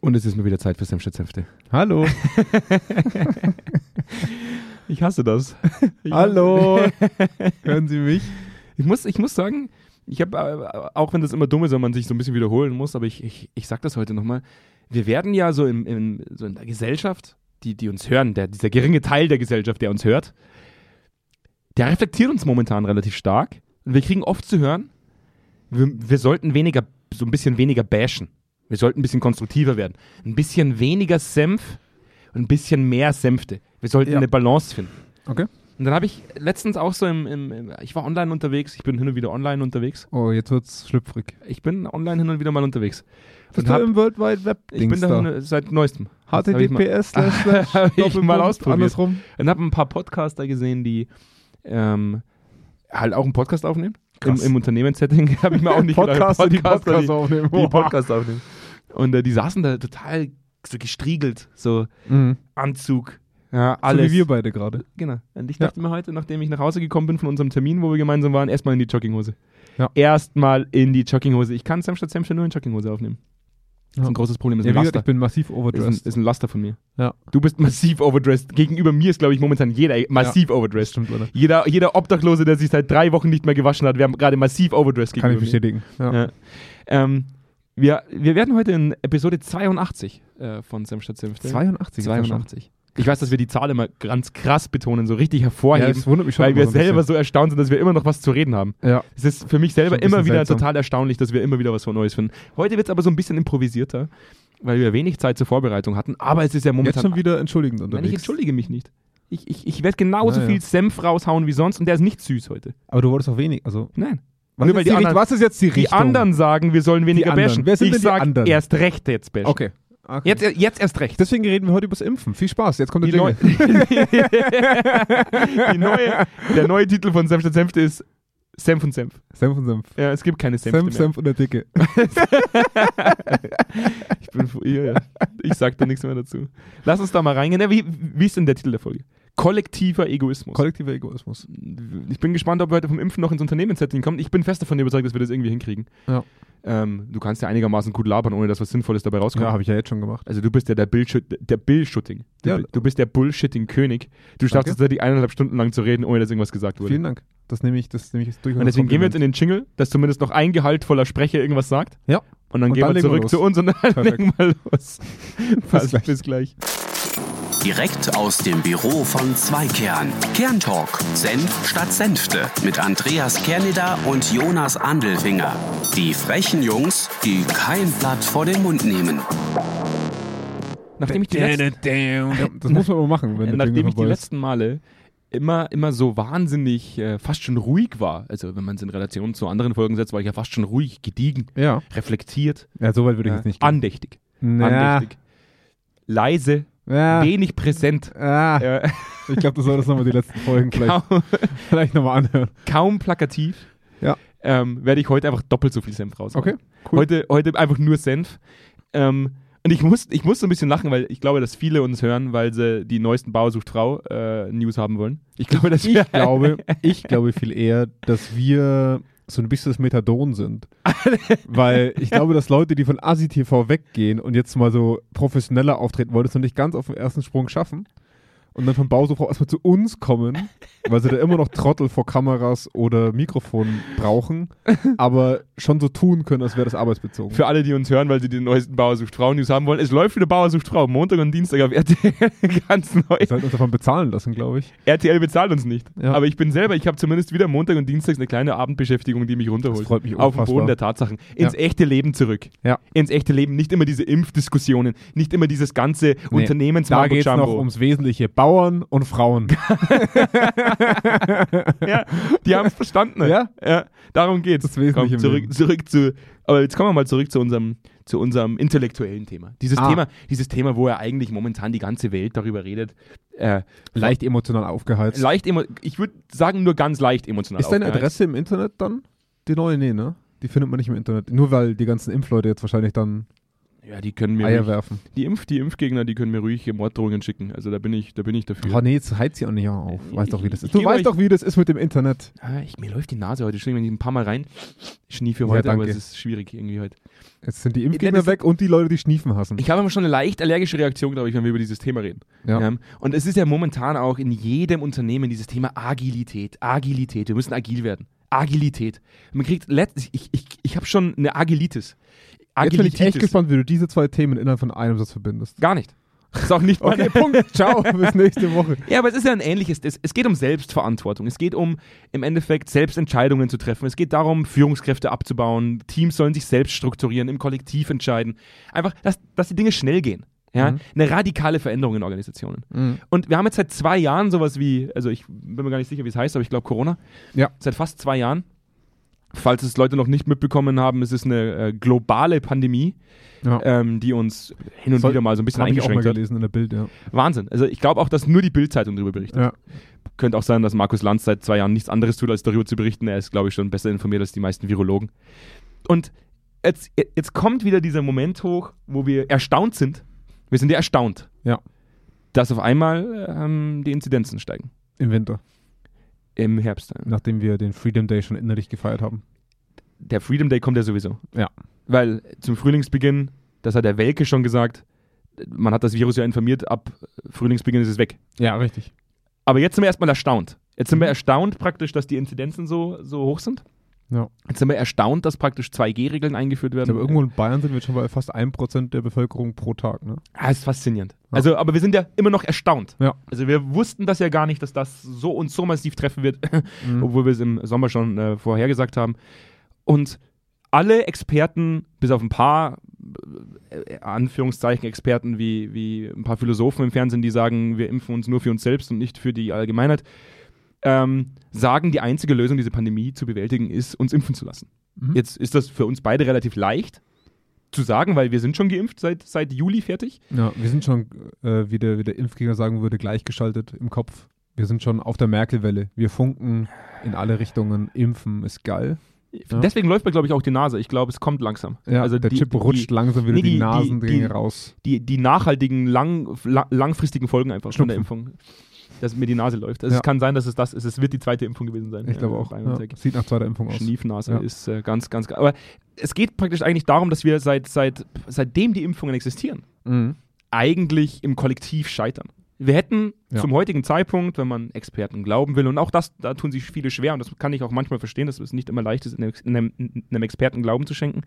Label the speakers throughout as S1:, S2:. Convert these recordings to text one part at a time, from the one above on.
S1: Und es ist mal wieder Zeit für Senfstadt-Senfte.
S2: Hallo. ich hasse das. Ich
S1: Hallo.
S2: Hören Sie mich?
S1: Ich muss, ich muss sagen, ich habe, auch wenn das immer dumm ist, wenn man sich so ein bisschen wiederholen muss, aber ich, ich, ich sage das heute nochmal. Wir werden ja so, im, im, so in der Gesellschaft, die, die uns hören, der, dieser geringe Teil der Gesellschaft, der uns hört, der reflektiert uns momentan relativ stark. Und wir kriegen oft zu hören, wir, wir sollten weniger, so ein bisschen weniger bashen. Wir sollten ein bisschen konstruktiver werden. Ein bisschen weniger Senf und ein bisschen mehr Senfte. Wir sollten
S2: Ja.
S1: eine Balance finden.
S2: Okay.
S1: Und dann habe ich letztens auch so im, im, im, ich war online unterwegs, ich bin hin und wieder online unterwegs.
S2: Oh, jetzt wird's schlüpfrig.
S1: Ich bin online hin und wieder mal unterwegs.
S2: Bist
S1: Und hab-
S2: du im World Wide Web
S1: ich
S2: Dings
S1: bin da
S2: da?
S1: hin- seit neuestem. Hab ich mal-
S2: HTTPS slash slash
S1: Hab ich
S2: Doppelpunkt,
S1: mal ausprobiert.
S2: Andersrum.
S1: Und habe ein paar Podcaster gesehen, die ähm, halt auch einen Podcast aufnehmen. Im,
S2: Krass.
S1: Im Unternehmenssetting habe ich mir auch nicht gedacht,
S2: Podcaster, die
S1: Podcaster,
S2: Podcasts aufnehmen.
S1: die, die Podcast aufnehmen. Und äh, die saßen da total so gestriegelt, so
S2: Mhm.
S1: Anzug, ja,
S2: Alles.
S1: alles.
S2: So wie wir beide gerade.
S1: Genau. Und ich
S2: Ja.
S1: dachte mir heute, nachdem ich nach Hause gekommen bin von unserem Termin, wo wir gemeinsam waren, erstmal in die Jogginghose.
S2: Ja.
S1: Erstmal in die Jogginghose. Ich kann Sam statt Sam nur in Jogginghose aufnehmen. Das ist
S2: Ja.
S1: ein großes Problem. Das
S2: Ja,
S1: ist
S2: wie
S1: ein
S2: gesagt,
S1: Laster.
S2: ich bin massiv
S1: Ist ein,
S2: overdressed.
S1: ist ein Laster von mir.
S2: Ja.
S1: Du bist massiv overdressed. Gegenüber mir ist, glaube ich, momentan jeder massiv overdressed.
S2: stimmt, oder?
S1: Jeder, jeder Obdachlose, der sich seit drei Wochen nicht mehr gewaschen hat, wir haben gerade massiv overdressed
S2: Kann ich
S1: gegenüber mir.
S2: bestätigen. Ja.
S1: Ja. Ähm, wir, wir werden heute in Episode 82 äh, von Sam statt Senf.
S2: 82. ist das schon.
S1: 82. Ich weiß, dass wir die Zahl immer ganz krass betonen, so richtig
S2: Ja,
S1: hervorheben,
S2: das wundert mich schon
S1: weil
S2: immer
S1: wir
S2: so ein
S1: selber so erstaunt sind, dass wir immer noch was zu reden haben.
S2: bisschen. Ja.
S1: Es ist für mich selber
S2: Schon ein
S1: immer
S2: bisschen
S1: wieder
S2: seltsam.
S1: total erstaunlich, dass wir immer wieder was Neues finden. Heute wird es aber so ein bisschen improvisierter, weil wir wenig Zeit zur Vorbereitung hatten, aber es ist ja
S2: Jetzt
S1: momentan.
S2: schon wieder entschuldigend
S1: Nein,
S2: unterwegs.
S1: ich entschuldige mich nicht. Ich, ich, ich werde genauso
S2: Ja, ja.
S1: viel Senf raushauen wie sonst und der ist nicht süß heute.
S2: Aber du wolltest auch wenig. Also,
S1: Nein.
S2: was,
S1: Nur weil
S2: ist
S1: die
S2: die Richt-
S1: anderen-
S2: was ist jetzt die
S1: Die
S2: Richtung?
S1: anderen sagen, wir sollen weniger
S2: anderen.
S1: bashen.
S2: Wer sind
S1: ich
S2: denn die
S1: sag
S2: anderen?
S1: erst recht jetzt bashen.
S2: Okay. okay.
S1: Jetzt, jetzt erst recht.
S2: Deswegen reden wir heute über das Impfen. Viel Spaß. Jetzt kommt der
S1: Die neu
S2: Jingle.
S1: die neue, der neue Titel von Senf statt Senfte ist Senf und Senf.
S2: Senf und Senf.
S1: Ja, es gibt keine Senfte
S2: Senf,
S1: mehr.
S2: Senf und der Dicke.
S1: Ich, bin, froh- ja, ja. ich sag da nichts mehr dazu. Lass uns da mal reingehen. Na, Wie, wie ist denn der Titel der Folge? Kollektiver Egoismus.
S2: Kollektiver Egoismus.
S1: ich bin gespannt, ob wir heute vom Impfen noch ins Unternehmenssetting kommen. Ich bin fest davon überzeugt, dass wir das irgendwie hinkriegen.
S2: Ja.
S1: Ähm, du kannst ja einigermaßen gut labern, ohne dass was Sinnvolles dabei rauskommt.
S2: Ja, habe ich ja jetzt schon gemacht.
S1: Also du bist ja der Bullshit, der Bullshitting. Du,
S2: Ja.
S1: bi- du bist der Bullshitting-König. Du schaffst
S2: Danke.
S1: es tatsächlich eineinhalb Stunden lang zu reden, ohne dass irgendwas gesagt wurde.
S2: Vielen Dank. Das nehme ich, das nehme ich jetzt durch.
S1: Und deswegen gehen wir jetzt in den Jingle, dass zumindest noch ein gehaltvoller Sprecher irgendwas sagt.
S2: Ja.
S1: Und dann
S2: Und
S1: gehen
S2: dann
S1: wir
S2: legen wir
S1: zurück
S2: los.
S1: zu uns und dann
S2: Perfekt.
S1: legen wir los. Passt,
S2: gleich.
S1: bis gleich.
S3: Direkt aus dem Büro von Zweikern. Kerntalk. Senf statt Senfte. Mit Andreas Kerneder und Jonas Andelfinger. Die frechen Jungs, die kein Blatt vor den Mund nehmen.
S1: Nachdem ich die, letzten,
S2: Das muss man aber machen, wenn der
S1: nachdem
S2: Jingle
S1: ich die
S2: vorbei ist.
S1: letzten Male immer, immer so wahnsinnig, äh, fast schon ruhig war, also wenn man es in Relation zu anderen Folgen setzt, war ich ja fast schon ruhig, gediegen,
S2: Ja.
S1: reflektiert,
S2: ja, so weit würde ich
S1: äh,
S2: jetzt nicht gehen.
S1: andächtig,
S2: Na,
S1: andächtig, leise,
S2: ja,
S1: wenig präsent.
S2: ja.
S1: Äh,
S2: Ich glaube, das war das nochmal die letzten Folgen. Vielleicht,
S1: kaum,
S2: vielleicht nochmal anhören.
S1: kaum plakativ.
S2: Ja.
S1: Ähm, werde ich heute einfach doppelt so viel Senf raus.
S2: Okay, cool.
S1: Heute, heute einfach nur Senf. Ähm, und ich muss, ich muss so ein bisschen lachen, weil ich glaube, dass viele uns hören, weil sie die neuesten Bauer sucht Frau äh, News haben wollen. Ich glaube, dass wir
S2: Ich glaube, ich glaube viel eher, dass wir so ein bisschen das Methadon sind. Weil ich glaube, dass Leute, die von ASI TV weggehen und jetzt mal so professioneller auftreten wollen, das noch nicht ganz auf den ersten Sprung schaffen und dann von Bausofrau erstmal zu uns kommen, weil sie da immer noch Trottel vor Kameras oder Mikrofonen brauchen, aber schon so tun können, als wäre das arbeitsbezogen.
S1: für alle, die uns hören, weil sie die neuesten Bauer sucht Frau News haben wollen. Es läuft wieder Bauer sucht Frau. Montag und Dienstag auf RTL ganz neu.
S2: wir sollten uns davon bezahlen lassen, glaube ich.
S1: RTL bezahlt uns nicht.
S2: Ja.
S1: Aber ich bin selber, ich habe zumindest wieder Montag und Dienstag eine kleine Abendbeschäftigung, die mich runterholt.
S2: Das freut mich
S1: Auf den
S2: unfassbar.
S1: Boden der Tatsachen. Ins
S2: Ja.
S1: echte Leben zurück.
S2: Ja.
S1: Ins echte Leben. Nicht immer diese Impfdiskussionen, nicht immer dieses ganze
S2: Da
S1: Unternehmensmarkt.
S2: geht es noch um ums Wesentliche. Bauern und Frauen.
S1: Ja, die haben es verstanden. halt.
S2: Ja?
S1: darum geht's.
S2: Das Wesentliche
S1: Komm,
S2: im
S1: zurück,
S2: Leben.
S1: zurück zu. Aber jetzt kommen wir mal zurück zu unserem, zu unserem intellektuellen Thema. Dieses
S2: Ah.
S1: Thema, dieses Thema, wo ja eigentlich momentan die ganze Welt darüber redet. Äh,
S2: Leicht emotional aufgeheizt.
S1: leicht emo ich würde sagen nur ganz leicht emotional.
S2: Ist deine
S1: aufgeheizt.
S2: Adresse im Internet dann? Die neue? Nee, ne? Die findet man nicht im Internet. Nur weil die ganzen Impfleute jetzt wahrscheinlich dann
S1: Ja, die können mir
S2: Eier
S1: ruhig,
S2: werfen.
S1: die, Impf, die Impfgegner, die können mir ruhig Morddrohungen schicken. Also da bin ich, da bin ich dafür.
S2: Oh nee, jetzt heizt sie auch nicht auf. Weißt doch, wie das
S1: Ich-
S2: ist. Du
S1: ich-
S2: weißt doch, wie das ist mit dem Internet.
S1: Ah, ich, mir läuft die Nase heute. Schön, wenn ich ein paar Mal rein schnie für
S2: Ja,
S1: heute, aber
S2: danke.
S1: es ist schwierig irgendwie heute.
S2: Jetzt sind die
S1: das-
S2: Impfgegner weg und die Leute, die Schniefen hassen.
S1: Ich habe immer schon eine leicht allergische Reaktion, glaube ich, wenn wir über dieses Thema reden.
S2: Ja.
S1: Ähm, und es ist ja momentan auch in jedem Unternehmen dieses Thema Agilität. Agilität. Wir müssen agil werden. Agilität. Man kriegt letztlich, ich, ich, ich habe schon eine Agilitis.
S2: Jetzt bin ich echt
S1: Agilititis.
S2: gespannt, wie du diese zwei Themen innerhalb von einem Satz verbindest.
S1: Gar nicht. Das ist auch nicht meine
S2: Okay, Punkt. Ciao. Bis nächste Woche.
S1: Ja, aber es ist ja ein ähnliches. Es, es geht um Selbstverantwortung. Es geht um im Endeffekt selbst Entscheidungen zu treffen. Es geht darum, Führungskräfte abzubauen. Teams sollen sich selbst strukturieren, im Kollektiv entscheiden. Einfach, dass, dass die Dinge schnell gehen. Ja,
S2: Mhm.
S1: eine radikale Veränderung in Organisationen. Und wir haben jetzt seit zwei Jahren sowas wie, also ich bin mir gar nicht sicher, wie es heißt, aber ich glaube Corona.
S2: Ja.
S1: Seit fast zwei Jahren. Falls es Leute noch nicht mitbekommen haben, es ist eine äh, globale Pandemie,
S2: Ja.
S1: ähm, die uns hin und
S2: Soll-
S1: wieder mal so ein bisschen
S2: Habe ich auch mal
S1: eingeschränkt hat.
S2: gelesen in der Bild, ja.
S1: Wahnsinn. Also ich glaube auch, dass nur die Bild-Zeitung darüber berichtet.
S2: ja.
S1: Könnte auch sein, dass Markus Lanz seit zwei Jahren nichts anderes tut, als darüber zu berichten. Er ist, glaube ich, schon besser informiert als die meisten Virologen. Und jetzt, jetzt kommt wieder dieser Moment hoch, wo wir erstaunt sind. Wir sind ja erstaunt,
S2: Ja.
S1: dass auf einmal ähm, die Inzidenzen steigen.
S2: Im Winter,
S1: Im Herbst.
S2: nachdem wir den Freedom Day schon innerlich gefeiert haben.
S1: Der Freedom Day kommt ja sowieso.
S2: Ja.
S1: Weil zum Frühlingsbeginn, das hat der Welke schon gesagt, man hat das Virus ja informiert, ab Frühlingsbeginn ist es weg.
S2: Ja, richtig.
S1: Aber jetzt sind wir erstmal erstaunt. Jetzt
S2: Mhm.
S1: sind wir erstaunt praktisch, dass die Inzidenzen so, so hoch sind.
S2: Ja.
S1: Jetzt sind wir erstaunt, dass praktisch 2G-Regeln eingeführt werden.
S2: Aber irgendwo in Bayern sind wir schon bei fast 1% der Bevölkerung pro Tag, ne?
S1: Ah, ist faszinierend. Also, aber wir sind ja immer noch erstaunt.
S2: Ja.
S1: Also wir wussten das ja gar nicht, dass das so und so massiv treffen wird,
S2: Mhm.
S1: obwohl wir es im Sommer schon äh, vorhergesagt haben. Und alle Experten, bis auf ein paar äh, Anführungszeichen Experten wie, wie ein paar Philosophen im Fernsehen, die sagen, wir impfen uns nur für uns selbst und nicht für die Allgemeinheit, ähm, sagen, die einzige Lösung, diese Pandemie zu bewältigen, ist, uns impfen zu lassen.
S2: Mhm.
S1: Jetzt ist das für uns beide relativ leicht zu sagen, weil wir sind schon geimpft seit, seit Juli fertig.
S2: Ja, wir sind schon, äh, wie, der, wie der Impfgegner sagen würde, gleichgeschaltet im Kopf. Wir sind schon auf der Merkel-Welle. Wir funken in alle Richtungen. Impfen ist geil. Ja.
S1: Deswegen läuft mir, glaube ich, auch die Nase. Ich glaube, es kommt langsam.
S2: Ja,
S1: also
S2: der
S1: die,
S2: Chip rutscht
S1: Die,
S2: langsam wieder
S1: nee, die-
S2: die,
S1: die-
S2: Nasendringe
S1: die-
S2: raus.
S1: die, die nachhaltigen, lang, la- langfristigen Folgen einfach von der
S2: Schnupfen.
S1: Impfung. Dass mir die Nase läuft. Also
S2: Ja.
S1: Es kann sein, dass es das ist. Es wird die zweite Impfung gewesen sein.
S2: Ich glaube auch.
S1: Bayern
S2: Ja.
S1: Tech.
S2: Sieht nach zweiter Impfung aus.
S1: Schniefnase
S2: Ja.
S1: ist äh, ganz, ganz. Aber es geht praktisch eigentlich darum, dass wir seit, seit, seitdem die Impfungen existieren,
S2: Mhm.
S1: eigentlich im Kollektiv scheitern. Wir hätten
S2: Ja.
S1: zum heutigen Zeitpunkt, wenn man Experten glauben will, und auch das, da tun sich viele schwer, und das kann ich auch manchmal verstehen, dass es nicht immer leicht ist, einem, einem, einem Experten Glauben zu schenken.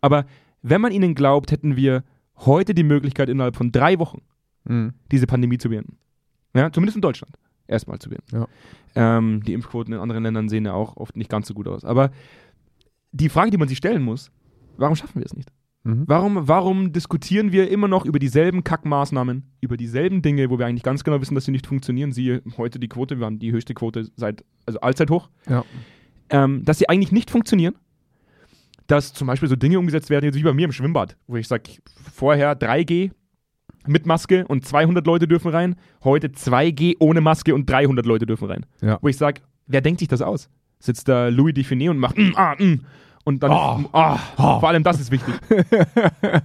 S1: Aber wenn man ihnen glaubt, hätten wir heute die Möglichkeit, innerhalb von drei Wochen
S2: Mhm.
S1: diese Pandemie zu beenden. Ja, zumindest in Deutschland erstmal zu beenden.
S2: Ja.
S1: Ähm, die Impfquoten in anderen Ländern sehen ja auch oft nicht ganz so gut aus. Aber die Frage, die man sich stellen muss, warum schaffen wir es nicht?
S2: Mhm.
S1: Warum, warum diskutieren wir immer noch über dieselben Kackmaßnahmen, über dieselben Dinge, wo wir eigentlich ganz genau wissen, dass sie nicht funktionieren? Siehe heute die Quote, wir haben die höchste Quote seit, also allzeit hoch,
S2: Ja.
S1: ähm, dass sie eigentlich nicht funktionieren. Dass zum Beispiel so Dinge umgesetzt werden, jetzt wie bei mir im Schwimmbad, wo ich sage, vorher 3G mit Maske und 200 Leute dürfen rein, heute 2G ohne Maske und 300 Leute dürfen rein.
S2: Ja.
S1: Wo ich sage, wer denkt sich das aus? Sitzt da Louis Define und macht, mm, ah, mm. Und dann,
S2: Ah.
S1: ah, vor allem das ist wichtig.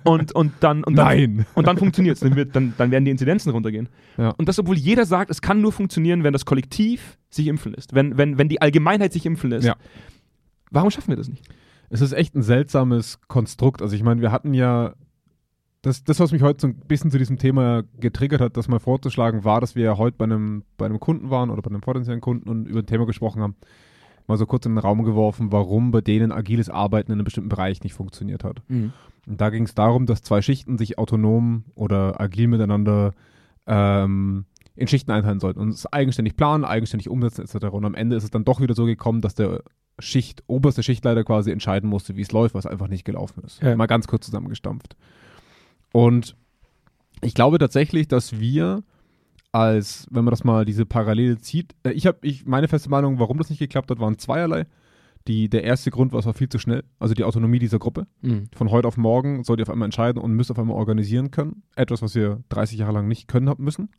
S1: und, und dann, und dann,
S2: Nein.
S1: und dann funktioniert es. Dann, wird- dann, dann werden die Inzidenzen runtergehen.
S2: Ja.
S1: Und das, obwohl jeder sagt, es kann nur funktionieren, wenn das Kollektiv sich impfen lässt, wenn, wenn, wenn die Allgemeinheit sich impfen lässt.
S2: Ja.
S1: Warum schaffen wir das nicht?
S2: Es ist echt ein seltsames Konstrukt. Also ich meine, wir hatten ja das, das, was mich heute so ein bisschen zu diesem Thema getriggert hat, das mal vorzuschlagen, war, dass wir ja heute bei einem, bei einem Kunden waren oder bei einem potenziellen Kunden und über ein Thema gesprochen haben, mal so kurz in den Raum geworfen, warum bei denen agiles Arbeiten in einem bestimmten Bereich nicht funktioniert hat. Und da ging es darum, dass zwei Schichten sich autonom oder agil miteinander ähm, in Schichten einteilen sollten und es eigenständig planen, eigenständig umsetzen etc. Und am Ende ist es dann doch wieder so gekommen, dass der Schicht, oberste Schichtleiter quasi entscheiden musste, wie es läuft, was einfach nicht gelaufen ist.
S1: Ja.
S2: Mal ganz kurz zusammengestampft. Und ich glaube tatsächlich, dass wir als, wenn man das mal diese Parallele zieht, äh, ich habe ich, meine feste Meinung, warum das nicht geklappt hat, waren zweierlei. Die, der erste Grund war, es war viel zu schnell, also die Autonomie dieser Gruppe von heute auf morgen sollt ihr auf einmal entscheiden und müsst auf einmal organisieren können. Etwas, was wir 30 Jahre lang nicht können haben müssen.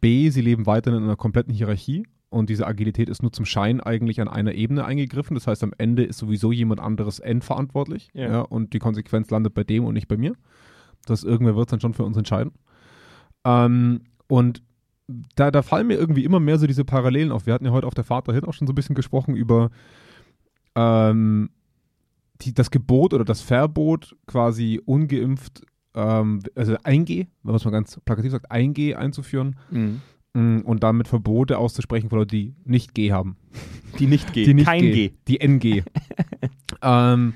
S2: B, sie leben weiterhin in einer kompletten Hierarchie und diese Agilität ist nur zum Schein eigentlich an einer Ebene eingegriffen. Das heißt, am Ende ist sowieso jemand anderes endverantwortlich
S1: Ja.
S2: ja, und die Konsequenz landet bei dem und nicht bei mir. dass irgendwer wird es dann schon für uns entscheiden. Ähm, und da, da fallen mir irgendwie immer mehr so diese Parallelen auf. Wir hatten ja heute auf der Fahrt dahin auch schon so ein bisschen gesprochen über ähm, die, das Gebot oder das Verbot quasi ungeimpft, ähm, also 1G, wenn man es mal ganz plakativ sagt, 1G einzuführen
S1: Mhm.
S2: mh, und damit Verbote auszusprechen für Leute, die nicht G haben.
S1: Die nicht G.
S2: Die nicht
S1: Kein
S2: G,
S1: G.
S2: Die NG. ähm,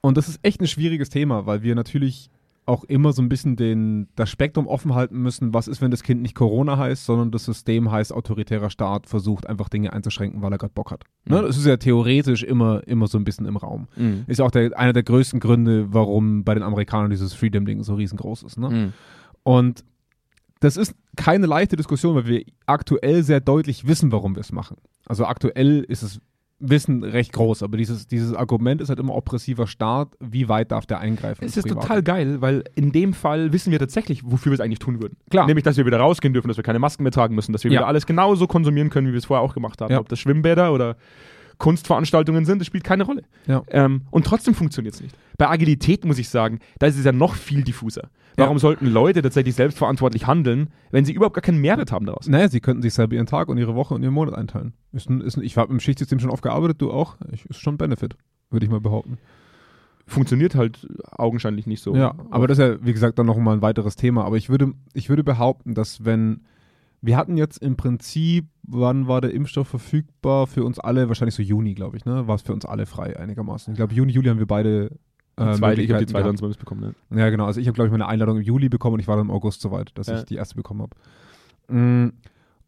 S2: und das ist echt ein schwieriges Thema, weil wir natürlich auch immer so ein bisschen den, das Spektrum offen halten müssen, was ist, wenn das Kind nicht Corona heißt, sondern das System heißt, autoritärer Staat versucht einfach Dinge einzuschränken, weil er gerade Bock hat. Ne?
S1: Mhm.
S2: Das ist ja theoretisch immer, immer so ein bisschen im Raum.
S1: Mhm.
S2: Ist auch der, einer der größten Gründe, warum bei den Amerikanern dieses Freedom-Ding so riesengroß ist. Ne?
S1: Mhm.
S2: Und das ist keine leichte Diskussion, weil wir aktuell sehr deutlich wissen, warum wir es machen. Also aktuell ist das Wissen recht groß, aber dieses, dieses Argument ist halt immer oppressiver Staat, wie weit darf der eingreifen?
S1: Es
S2: ins
S1: ist
S2: Private?
S1: total geil, weil in dem Fall wissen wir tatsächlich, wofür wir es eigentlich tun würden.
S2: Klar.
S1: Nämlich, dass wir wieder rausgehen dürfen, dass wir keine Masken mehr tragen müssen, dass wir
S2: Ja.
S1: wieder alles genauso konsumieren können, wie wir es vorher auch gemacht haben.
S2: Ja.
S1: Ob das Schwimmbäder oder Kunstveranstaltungen sind, das spielt keine Rolle.
S2: Ja.
S1: Ähm, und trotzdem funktioniert es nicht. Bei Agilität muss ich sagen, da ist es ja noch viel diffuser. Warum sollten Leute tatsächlich selbstverantwortlich handeln, wenn sie überhaupt gar keinen Mehrwert haben daraus?
S2: Naja, sie könnten sich selber ihren Tag und ihre Woche und ihren Monat einteilen. Ist ein, ist ein, ich habe im Schichtsystem schon oft gearbeitet, du auch. Ich, ist schon ein Benefit, würde ich mal behaupten.
S1: Funktioniert halt augenscheinlich nicht so.
S2: Ja, aber das ist ja, wie gesagt, dann nochmal ein weiteres Thema. Aber ich würde, ich würde behaupten, dass wenn, wir hatten jetzt im Prinzip, wann war der Impfstoff verfügbar für uns alle? Wahrscheinlich so Juni, glaube ich, ne? War es für uns alle frei einigermaßen. Ich glaube, Juni, Juli haben wir beide. äh,
S1: Die zweite, ich habe die
S2: Möglichkeiten
S1: zweite
S2: gehabt.
S1: ans Band bekommen. Ne?
S2: Ja, genau. Also ich habe, glaube ich, meine Einladung im Juli bekommen und ich war dann im August soweit, dass
S1: Ja.
S2: ich die erste bekommen habe. Mm,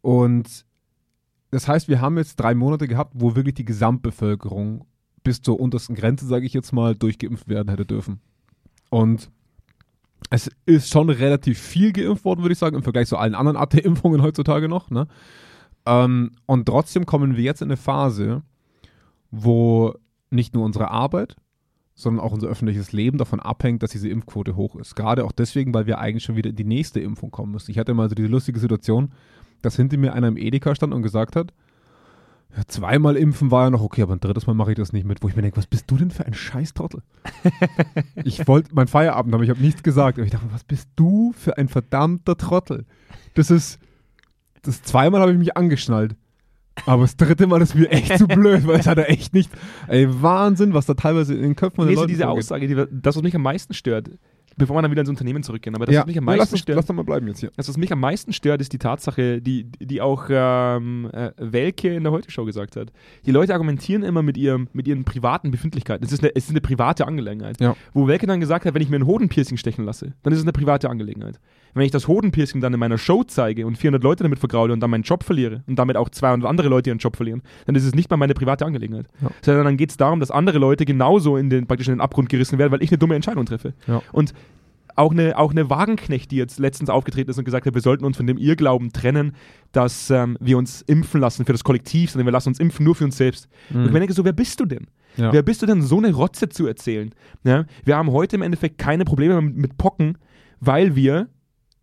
S2: Und das heißt, wir haben jetzt drei Monate gehabt, wo wirklich die Gesamtbevölkerung bis zur untersten Grenze, sage ich jetzt mal, durchgeimpft werden hätte dürfen. Und es ist schon relativ viel geimpft worden, würde ich sagen, im Vergleich zu allen anderen Art der Impfungen heutzutage noch. Ne? Ähm, und trotzdem kommen wir jetzt in eine Phase, wo nicht nur unsere Arbeit, sondern auch unser öffentliches Leben davon abhängt, dass diese Impfquote hoch ist. Gerade auch deswegen, weil wir eigentlich schon wieder in die nächste Impfung kommen müssen. Ich hatte mal so diese lustige Situation, dass hinter mir einer im Edeka stand und gesagt hat, ja, zweimal impfen war ja noch okay, aber ein drittes Mal mache ich das nicht mit. Wo ich mir denke, was bist du denn für ein Scheißtrottel? ich wollte meinen Feierabend haben, ich habe nichts gesagt. Aber ich dachte, mir, was bist du für ein verdammter Trottel? Das ist, das zweimal habe ich mich angeschnallt. Aber das dritte Mal ist mir echt zu blöd, weil es hat er echt nicht. Ey, Wahnsinn, was da teilweise in den Köpfen von den
S1: lese
S2: Leuten
S1: diese
S2: vorgeht.
S1: Aussage, die, das, was mich am meisten stört, bevor wir dann wieder ins Unternehmen zurückgehen, aber das, was mich am
S2: lass,
S1: meisten
S2: uns,
S1: stört,
S2: lass doch mal bleiben jetzt hier.
S1: das, was mich am meisten stört, ist die Tatsache, die, die auch ähm, äh, Welke in der Heute-Show gesagt hat. Die Leute argumentieren immer mit, ihrem, mit ihren privaten Befindlichkeiten. Es ist eine, es ist eine private Angelegenheit.
S2: Ja.
S1: Wo Welke dann gesagt hat, wenn ich mir ein Hodenpiercing stechen lasse, dann ist es eine private Angelegenheit. Wenn ich das Hodenpiercing dann in meiner Show zeige und 400 Leute damit vergraule und dann meinen Job verliere und damit auch 200 andere Leute ihren Job verlieren, dann ist es nicht mal meine private Angelegenheit.
S2: Ja.
S1: Sondern dann geht es darum, dass andere Leute genauso in den, praktisch in den Abgrund gerissen werden, weil ich eine dumme Entscheidung treffe.
S2: Ja.
S1: Und auch eine, auch eine Wagenknecht, die jetzt letztens aufgetreten ist und gesagt hat, wir sollten uns von dem Irrglauben trennen, dass ähm, wir uns impfen lassen für das Kollektiv, sondern wir lassen uns impfen nur für uns selbst.
S2: Mhm.
S1: Und ich mir denke so, wer bist du denn?
S2: Ja.
S1: Wer bist du denn, so eine Rotze zu erzählen? Ja? Wir haben heute im Endeffekt keine Probleme mit, mit Pocken, weil wir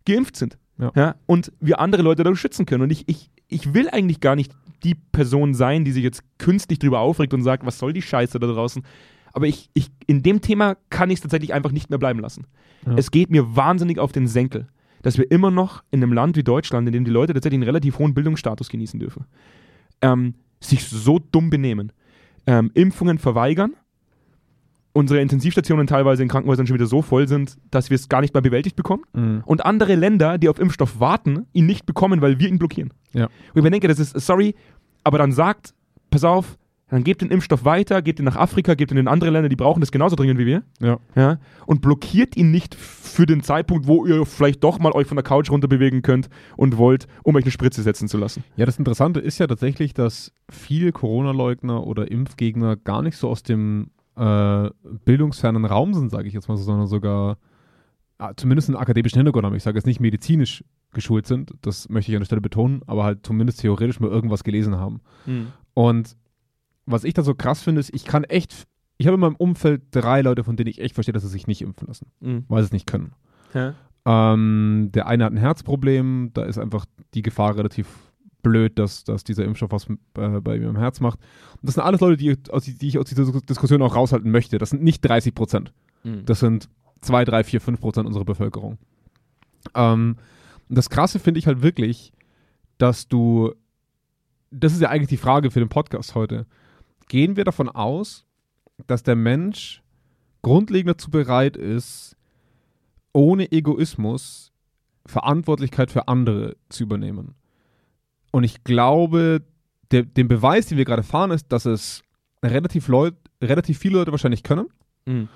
S1: geimpft sind.
S2: Ja.
S1: Und wir andere Leute dadurch schützen können. Und ich, ich, ich will eigentlich gar nicht die Person sein, die sich jetzt künstlich drüber aufregt und sagt, was soll die Scheiße da draußen? Aber ich, ich, in dem Thema kann ich es tatsächlich einfach nicht mehr bleiben lassen.
S2: Ja.
S1: Es geht mir wahnsinnig auf den Senkel, dass wir immer noch in einem Land wie Deutschland, in dem die Leute tatsächlich einen relativ hohen Bildungsstatus genießen dürfen, ähm, sich so dumm benehmen, ähm, Impfungen verweigern, unsere Intensivstationen teilweise in Krankenhäusern schon wieder so voll sind, dass wir es gar nicht mehr bewältigt bekommen
S2: Mhm.
S1: und andere Länder, die auf Impfstoff warten, ihn nicht bekommen, weil wir ihn blockieren.
S2: Ja.
S1: Und ich mir denke, das ist, sorry, aber dann sagt, pass auf, dann gebt den Impfstoff weiter, gebt ihn nach Afrika, gebt ihn in andere Länder, die brauchen das genauso dringend wie wir.
S2: Ja.
S1: Ja, und blockiert ihn nicht für den Zeitpunkt, wo ihr vielleicht doch mal euch von der Couch runterbewegen könnt und wollt, um euch eine Spritze setzen zu lassen.
S2: Ja, das Interessante ist ja tatsächlich, dass viele Corona-Leugner oder Impfgegner gar nicht so aus dem äh, bildungsfernen Raum sind, sage ich jetzt mal so, sondern sogar ah, zumindest einen akademischen Hintergrund haben. Ich sage jetzt nicht medizinisch geschult sind, das möchte ich an der Stelle betonen, aber halt zumindest theoretisch mal irgendwas gelesen haben.
S1: Mhm.
S2: Und was ich da so krass finde, ist, ich kann echt, ich habe in meinem Umfeld drei Leute, von denen ich echt verstehe, dass sie sich nicht impfen lassen,
S1: Mhm.
S2: weil sie es nicht können.
S1: Ja.
S2: Ähm, der eine hat ein Herzproblem, da ist einfach die Gefahr relativ blöd, dass, dass dieser Impfstoff was äh, bei mir im Herz macht. Und das sind alles Leute, die, aus- die ich aus dieser Diskussion auch raushalten möchte. Das sind nicht 30 Prozent.
S1: Mhm.
S2: Das sind 2, 3, 4, 5 Prozent unserer Bevölkerung. Ähm, und das Krasse finde ich halt wirklich, dass du, das ist ja eigentlich die Frage für den Podcast heute. Gehen wir davon aus, dass der Mensch grundlegend dazu bereit ist, ohne Egoismus Verantwortlichkeit für andere zu übernehmen? Und ich glaube, der, den Beweis, den wir gerade fahren, ist, dass es relativ, Leut, relativ viele Leute wahrscheinlich können
S1: Mhm.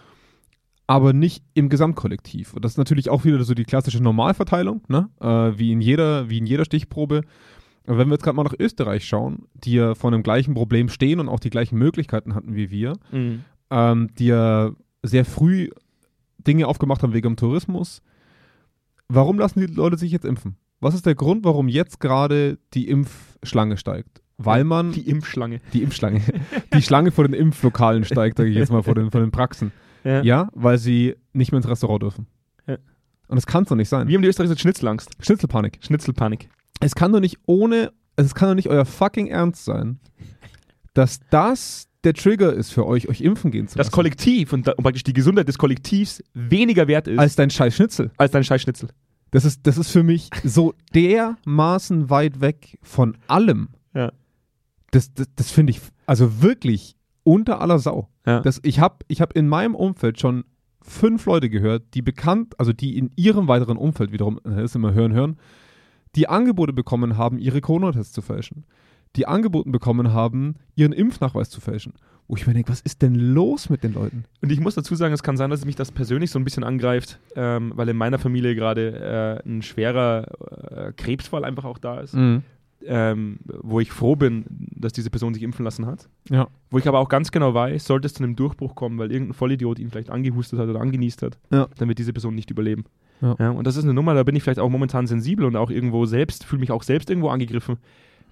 S2: aber nicht im Gesamtkollektiv. Und das ist natürlich auch wieder so die klassische Normalverteilung, ne? äh, wie, in jeder, wie in jeder Stichprobe. Aber wenn wir jetzt gerade mal nach Österreich schauen, die ja vor dem gleichen Problem stehen und auch die gleichen Möglichkeiten hatten wie wir,
S1: Mhm.
S2: ähm, die ja sehr früh Dinge aufgemacht haben wegen dem Tourismus. Warum lassen die Leute sich jetzt impfen? Was ist der Grund, warum jetzt gerade die Impfschlange steigt? Weil man
S1: Die Impfschlange.
S2: die Impfschlange, die Schlange vor den Impflokalen steigt, sage ich jetzt mal, vor den, vor den Praxen.
S1: Ja.
S2: Ja, weil sie nicht mehr ins Restaurant dürfen.
S1: Ja.
S2: Und das kann doch nicht sein.
S1: Wir haben die Österreicher gesagt, Schnitzelangst.
S2: Schnitzelpanik.
S1: Schnitzelpanik.
S2: Es kann doch nicht ohne, es kann doch nicht euer fucking Ernst sein, dass das der Trigger ist für euch, euch impfen gehen zu
S1: Das
S2: lassen.
S1: Kollektiv und, da- und praktisch die Gesundheit des Kollektivs weniger wert ist als,
S2: als dein scheiß Schnitzel.
S1: dein scheiß Schnitzel.
S2: Das ist, das ist für mich so dermaßen weit weg von allem.
S1: Ja.
S2: Das, das, das finde ich, also wirklich unter aller Sau.
S1: Ja.
S2: Das, ich habe ich hab in meinem Umfeld schon fünf Leute gehört, die bekannt, also die in ihrem weiteren Umfeld wiederum, das ist immer hören, hören, die Angebote bekommen haben, ihre Corona-Tests zu fälschen. Die Angeboten bekommen haben, ihren Impfnachweis zu fälschen. Wo ich mir denke, was ist denn los mit den Leuten?
S1: Und ich muss dazu sagen, es kann sein, dass mich das persönlich so ein bisschen angreift, ähm, weil in meiner Familie gerade äh, ein schwerer äh, Krebsfall einfach auch da ist, ähm, wo ich froh bin, dass diese Person sich impfen lassen hat.
S2: Ja.
S1: Wo ich aber auch ganz genau weiß, sollte es zu einem Durchbruch kommen, weil irgendein Vollidiot ihn vielleicht angehustet hat oder angenießt hat,
S2: Ja.
S1: dann wird diese Person nicht überleben.
S2: Ja.
S1: und das ist eine Nummer, da bin ich vielleicht auch momentan sensibel und auch irgendwo selbst, fühle mich auch selbst irgendwo angegriffen.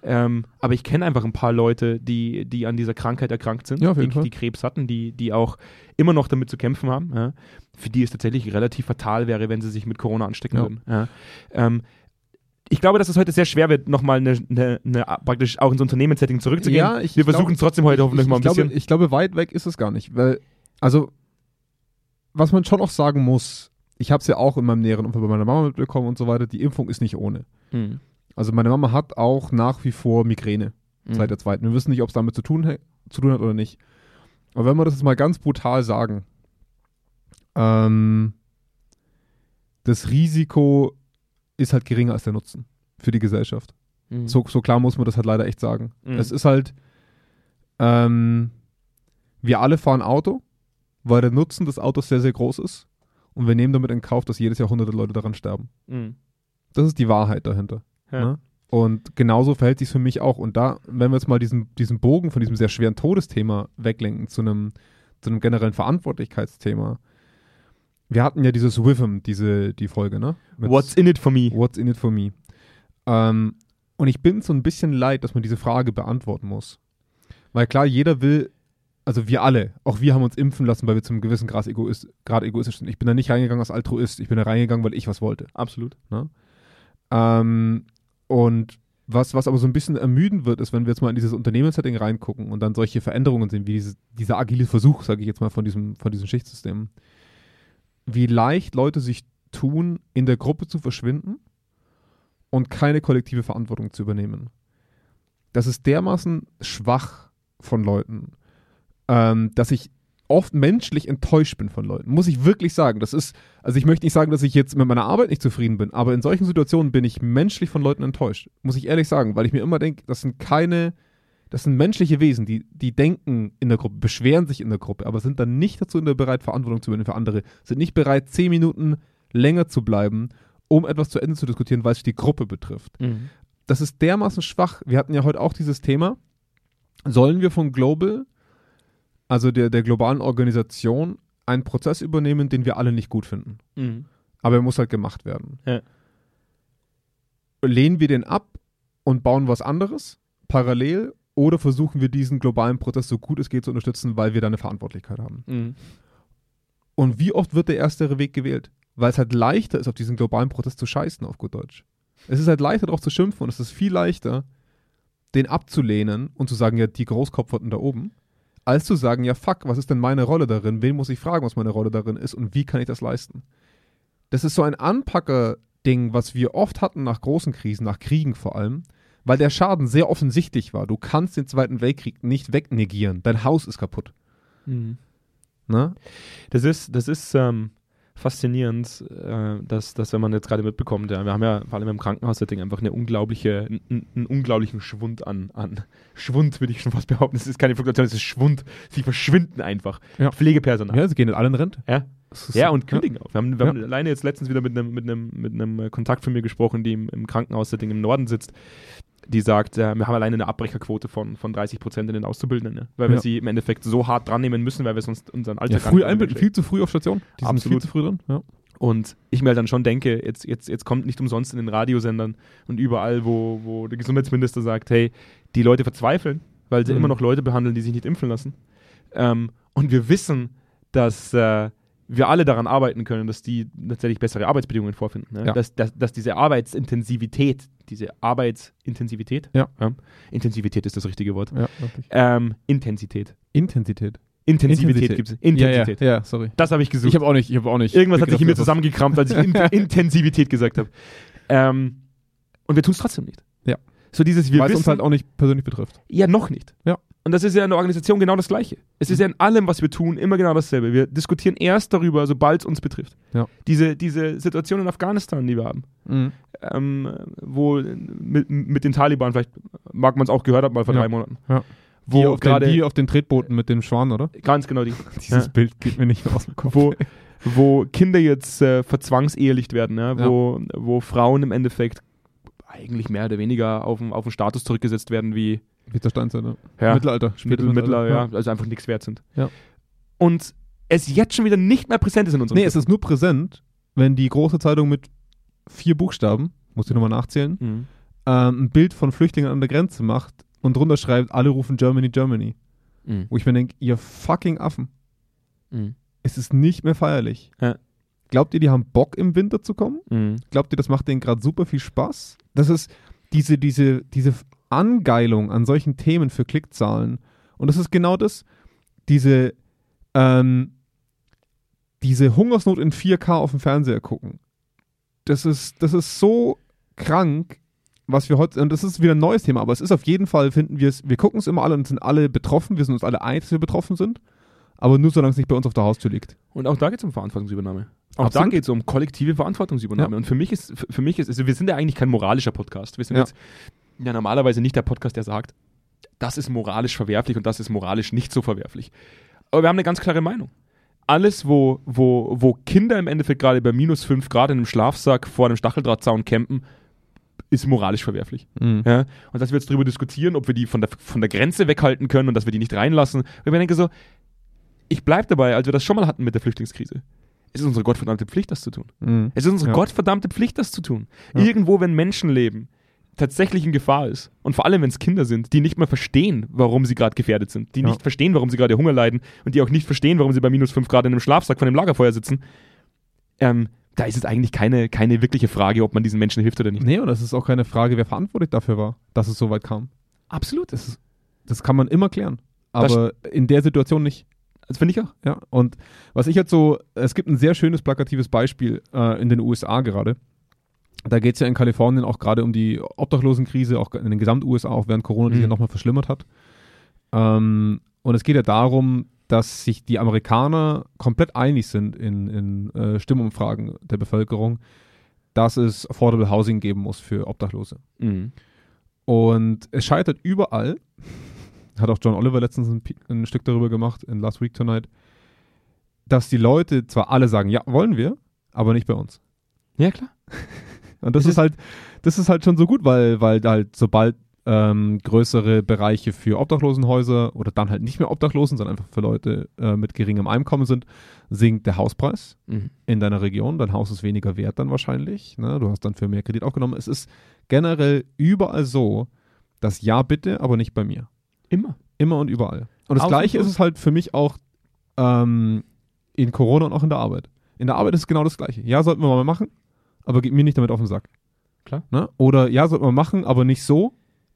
S1: Ähm, aber ich kenne einfach ein paar Leute, die, die an dieser Krankheit erkrankt sind,
S2: Ja, auf jeden
S1: die,
S2: Fall.
S1: die Krebs hatten, die, die auch immer noch damit zu kämpfen haben. Ja? Für die es tatsächlich relativ fatal wäre, wenn sie sich mit Corona anstecken
S2: Ja.
S1: würden. Ja? Ähm, ich glaube, dass es heute sehr schwer wird, nochmal eine, eine, eine, praktisch auch ins Unternehmenssetting zurückzugehen.
S2: Ja, ich
S1: Wir
S2: glaub-
S1: versuchen es trotzdem heute hoffentlich
S2: ich,
S1: mal
S2: ich
S1: ein
S2: glaube,
S1: bisschen.
S2: Ich glaube, weit weg ist es gar nicht, weil, also, was man schon auch sagen muss, ich habe es ja auch in meinem näheren Umfeld bei meiner Mama mitbekommen und so weiter, die Impfung ist nicht ohne.
S1: Mhm.
S2: Also meine Mama hat auch nach wie vor Migräne
S1: Mhm.
S2: seit der zweiten. Wir wissen nicht, ob es damit zu tun, hä- zu tun hat oder nicht. Aber wenn wir das jetzt mal ganz brutal sagen, ähm, das Risiko ist halt geringer als der Nutzen für die Gesellschaft.
S1: Mhm.
S2: So, so klar muss man das halt leider echt sagen.
S1: Mhm.
S2: Es ist halt, ähm, wir alle fahren Auto, weil der Nutzen des Autos sehr, sehr groß ist. Und wir nehmen damit in Kauf, dass jedes Jahr hunderte Leute daran sterben.
S1: Mhm.
S2: Das ist die Wahrheit dahinter.
S1: Ja.
S2: Ne? Und genauso verhält sich für mich auch. Und da, wenn wir jetzt mal diesen, diesen Bogen von diesem sehr schweren Todesthema weglenken zu einem, zu einem generellen Verantwortlichkeitsthema. Wir hatten ja dieses WIFM, diese, die Folge, ne? Mit
S1: What's in it for me?
S2: What's in it for me? Ähm, und ich bin so ein bisschen leid, dass man diese Frage beantworten muss. Weil klar, jeder will, also wir alle, auch wir haben uns impfen lassen, weil wir zum gewissen Grad, egoist, Grad egoistisch sind. Ich bin da nicht reingegangen als Altruist, ich bin da reingegangen, weil ich was wollte. Ne?
S1: Absolut.
S2: Ähm, und was, was aber so ein bisschen ermüden wird, ist, wenn wir jetzt mal in dieses Unternehmenssetting reingucken und dann solche Veränderungen sehen, wie diese, dieser agile Versuch, sage ich jetzt mal, von, diesem, von diesen Schichtsystemen, wie leicht Leute sich tun, in der Gruppe zu verschwinden und keine kollektive Verantwortung zu übernehmen. Das ist dermaßen schwach von Leuten, ähm, dass ich oft menschlich enttäuscht bin von Leuten. Muss ich wirklich sagen. Das ist, also ich möchte nicht sagen, dass ich jetzt mit meiner Arbeit nicht zufrieden bin, aber in solchen Situationen bin ich menschlich von Leuten enttäuscht. Muss ich ehrlich sagen, weil ich mir immer denke, das sind keine, das sind menschliche Wesen, die, die denken in der Gruppe, beschweren sich in der Gruppe, aber sind dann nicht dazu in der bereit, Verantwortung zu übernehmen für andere, sind nicht bereit, zehn Minuten länger zu bleiben, um etwas zu Ende zu diskutieren, weil es die Gruppe betrifft das ist dermaßen schwach. Wir hatten ja heute auch dieses Thema. Sollen wir von Global, also der, der globalen Organisation, einen Prozess übernehmen, den wir alle nicht gut finden?
S1: Mhm.
S2: Aber er muss halt gemacht werden.
S1: Ja.
S2: Lehnen wir den ab und bauen was anderes parallel oder versuchen wir diesen globalen Prozess so gut es geht zu unterstützen, weil wir da eine Verantwortlichkeit haben?
S1: Mhm.
S2: Und wie oft wird der erstere Weg gewählt? Weil es halt leichter ist, auf diesen globalen Prozess zu scheißen, auf gut Deutsch. Es ist halt leichter, darauf zu schimpfen und es ist viel leichter, den abzulehnen und zu sagen, ja, die Großkopferten da oben, als zu sagen, ja fuck, was ist denn meine Rolle darin? Wen muss ich fragen, was meine Rolle darin ist und wie kann ich das leisten? Das ist so ein Anpacker-Ding, was wir oft hatten nach großen Krisen, nach Kriegen vor allem, weil der Schaden sehr offensichtlich war. Du kannst den Zweiten Weltkrieg nicht wegnegieren. Dein Haus ist kaputt. Ne?
S1: Das ist, das ist ähm, faszinierend, äh, dass, dass wenn man jetzt gerade mitbekommt, ja, wir haben ja vor allem im Krankenhaussetting einfach eine unglaubliche, n- n- einen unglaublichen Schwund an, an Schwund würde ich schon fast behaupten. Es ist keine Fluktuation, es ist Schwund. Sie verschwinden einfach.
S2: Ja.
S1: Pflegepersonal.
S2: Ja, sie gehen alle in Rente.
S1: Ja.
S2: Das ist-
S1: Ja, und kündigen auch. Wir haben, wir
S2: Ja.
S1: haben alleine jetzt letztens wieder mit einem, mit einem, mit einem äh, Kontakt von mir gesprochen, die im, im Krankenhaussetting im Norden sitzt, die sagt, äh, wir haben alleine eine Abbrecherquote von, von 30 Prozent in den Auszubildenden, ne? weil wir
S2: Ja.
S1: sie im Endeffekt so hart dran nehmen müssen, weil wir sonst unseren
S2: Ja,
S1: Alltag gar
S2: früh
S1: nicht mehr
S2: einbinden, viel zu früh auf Station. Die sind viel
S1: Absolut.
S2: zu früh drin. Ja.
S1: Und ich mir halt dann schon denke, jetzt, jetzt, jetzt kommt nicht umsonst in den Radiosendern und überall, wo, wo der Gesundheitsminister sagt, hey, die Leute verzweifeln, weil sie
S2: Mhm.
S1: immer noch Leute behandeln, die sich nicht impfen lassen. Ähm, und wir wissen, dass äh, wir alle daran arbeiten können, dass die tatsächlich bessere Arbeitsbedingungen vorfinden. Ne?
S2: Ja.
S1: Dass, dass, dass diese Arbeitsintensivität, diese Arbeitsintensivität,
S2: Ja.
S1: Intensivität ist das richtige Wort,
S2: Ja, wirklich.
S1: ähm, Intensität.
S2: Intensität.
S1: Intensivität gibt es. Intensität.
S2: Ja, ja, ja sorry.
S1: Das habe ich gesucht.
S2: Ich habe auch nicht, ich habe auch nicht.
S1: Irgendwas hat sich in mir
S2: begriffen,
S1: zusammengekrampft, als ich in Intensivität gesagt habe. Ähm, und wir tun es trotzdem nicht.
S2: Ja.
S1: So dieses,
S2: was-
S1: wir
S2: Weil es
S1: wissen
S2: uns halt auch nicht persönlich betrifft.
S1: ja noch nicht.
S2: Ja.
S1: Und das ist ja in der Organisation genau das Gleiche. Es ist ja in allem, was wir tun, immer genau dasselbe. Wir diskutieren erst darüber, sobald es uns betrifft.
S2: Ja.
S1: Diese, diese Situation in Afghanistan, die wir haben, ähm, wo mit, mit den Taliban, vielleicht mag man es auch gehört haben, mal vor
S2: Ja.
S1: drei Monaten,
S2: Ja. Wo die,
S1: wo
S2: auf den, die
S1: gerade
S2: auf den Tretbooten mit dem Schwan, oder?
S1: ganz genau die,
S2: Dieses
S1: Ja.
S2: Bild geht mir nicht mehr aus dem Kopf.
S1: wo, wo Kinder jetzt äh, verzwangsehelicht werden, ja? Wo, wo Frauen im Endeffekt eigentlich mehr oder weniger auf den, auf den Status zurückgesetzt werden wie
S2: Wie zur Steinzeit, ne?
S1: ja,
S2: Mittelalter. spätes
S1: Mittel, Mittler, ja. also einfach nichts wert sind.
S2: Ja.
S1: Und es jetzt schon wieder nicht mehr präsent ist in unserem
S2: Nee, es ist nur präsent, wenn die große Zeitung mit vier Buchstaben, muss ich nochmal nachzählen,
S1: Mhm.
S2: ähm, ein Bild von Flüchtlingen an der Grenze macht und drunter schreibt, alle rufen Germany, Germany.
S1: Mhm.
S2: Wo ich mir denke, ihr fucking Affen,
S1: Mhm.
S2: es ist nicht mehr feierlich.
S1: Ja.
S2: Glaubt ihr, die haben Bock im Winter zu kommen?
S1: Mhm.
S2: Glaubt ihr, das macht denen gerade super viel Spaß? Das ist diese, diese, diese Angeilung an solchen Themen für Klickzahlen. Und das ist genau das, diese, ähm, diese Hungersnot in 4K auf dem Fernseher gucken. Das ist, das ist so krank, was wir heute, und das ist wieder ein neues Thema, aber es ist auf jeden Fall, finden wir es, wir gucken es immer alle und sind alle betroffen, wir sind uns alle einig, dass wir betroffen sind, aber nur solange es nicht bei uns auf der Haustür liegt.
S1: Und auch da geht es um Verantwortungsübernahme. Auch
S2: Absolut.
S1: da geht es um kollektive Verantwortungsübernahme.
S2: Ja.
S1: Und für mich ist, für- für mich ist, also wir sind ja eigentlich kein moralischer Podcast. Wir sind
S2: Ja.
S1: jetzt ja normalerweise nicht der Podcast, der sagt, das ist moralisch verwerflich und das ist moralisch nicht so verwerflich. Aber wir haben eine ganz klare Meinung. Alles, wo, wo, wo Kinder im Endeffekt gerade bei minus 5 Grad in einem Schlafsack vor einem Stacheldrahtzaun campen, ist moralisch verwerflich. Ja? Und dass wir jetzt darüber diskutieren, ob wir die von der, von der Grenze weghalten können und dass wir die nicht reinlassen. Und ich mir denke so, ich bleibe dabei, als wir das schon mal hatten mit der Flüchtlingskrise. Es ist unsere gottverdammte Pflicht, das zu tun.
S2: Mhm.
S1: Es ist unsere
S2: Ja.
S1: gottverdammte Pflicht, das zu tun.
S2: Ja.
S1: Irgendwo, wenn Menschenleben tatsächlich in Gefahr ist und vor allem, wenn es Kinder sind, die nicht mehr verstehen, warum sie gerade gefährdet sind, die
S2: Ja.
S1: nicht verstehen, warum sie gerade Hunger leiden und die auch nicht verstehen, warum sie bei minus 5 Grad in einem Schlafsack vor dem Lagerfeuer sitzen, ähm, da ist es eigentlich keine, keine wirkliche Frage, ob man diesen Menschen hilft oder nicht.
S2: Nee, und das ist auch keine Frage, wer verantwortlich dafür war, dass es so weit kam.
S1: Absolut. Das, ist-
S2: Das kann man immer klären.
S1: Das-
S2: Aber in der Situation nicht. Also
S1: das finde ich auch.
S2: Ja. Und was ich jetzt so, es gibt ein sehr schönes plakatives Beispiel äh, in den USA gerade. Da geht es ja in Kalifornien auch gerade um die Obdachlosenkrise, auch in den Gesamt-USA, auch während Corona, die
S1: Mhm.
S2: sich ja nochmal verschlimmert hat. Ähm, und es geht ja darum, dass sich die Amerikaner komplett einig sind in, in äh, Stimmumfragen der Bevölkerung, dass es Affordable Housing geben muss für Obdachlose. Mhm. Und es scheitert überall. Hat auch John Oliver letztens ein, Pi- ein Stück darüber gemacht in Last Week Tonight, dass die Leute zwar alle sagen, ja, wollen wir, aber nicht bei uns.
S1: Ja, klar.
S2: Und das
S1: Es
S2: ist, halt, das ist halt schon so gut, weil, weil da halt sobald ähm, größere Bereiche für Obdachlosenhäuser oder dann halt nicht mehr Obdachlosen, sondern einfach für Leute äh, mit geringem Einkommen sind, sinkt der Hauspreis
S1: Mhm.
S2: in deiner Region, dein Haus ist weniger wert dann wahrscheinlich. Ne? Du hast dann für mehr Kredit aufgenommen. Es ist generell überall so, dass ja bitte, aber nicht bei mir.
S1: Immer.
S2: Immer und überall. Und das
S1: Auf
S2: Gleiche
S1: und
S2: ist
S1: zu.
S2: es halt für mich auch ähm, in Corona und auch in der Arbeit. In der Arbeit ist es genau das Gleiche. Ja, sollten wir mal machen, aber geht mir nicht damit auf den Sack.
S1: Klar.
S2: Ne? Oder ja, sollten wir machen, aber nicht so.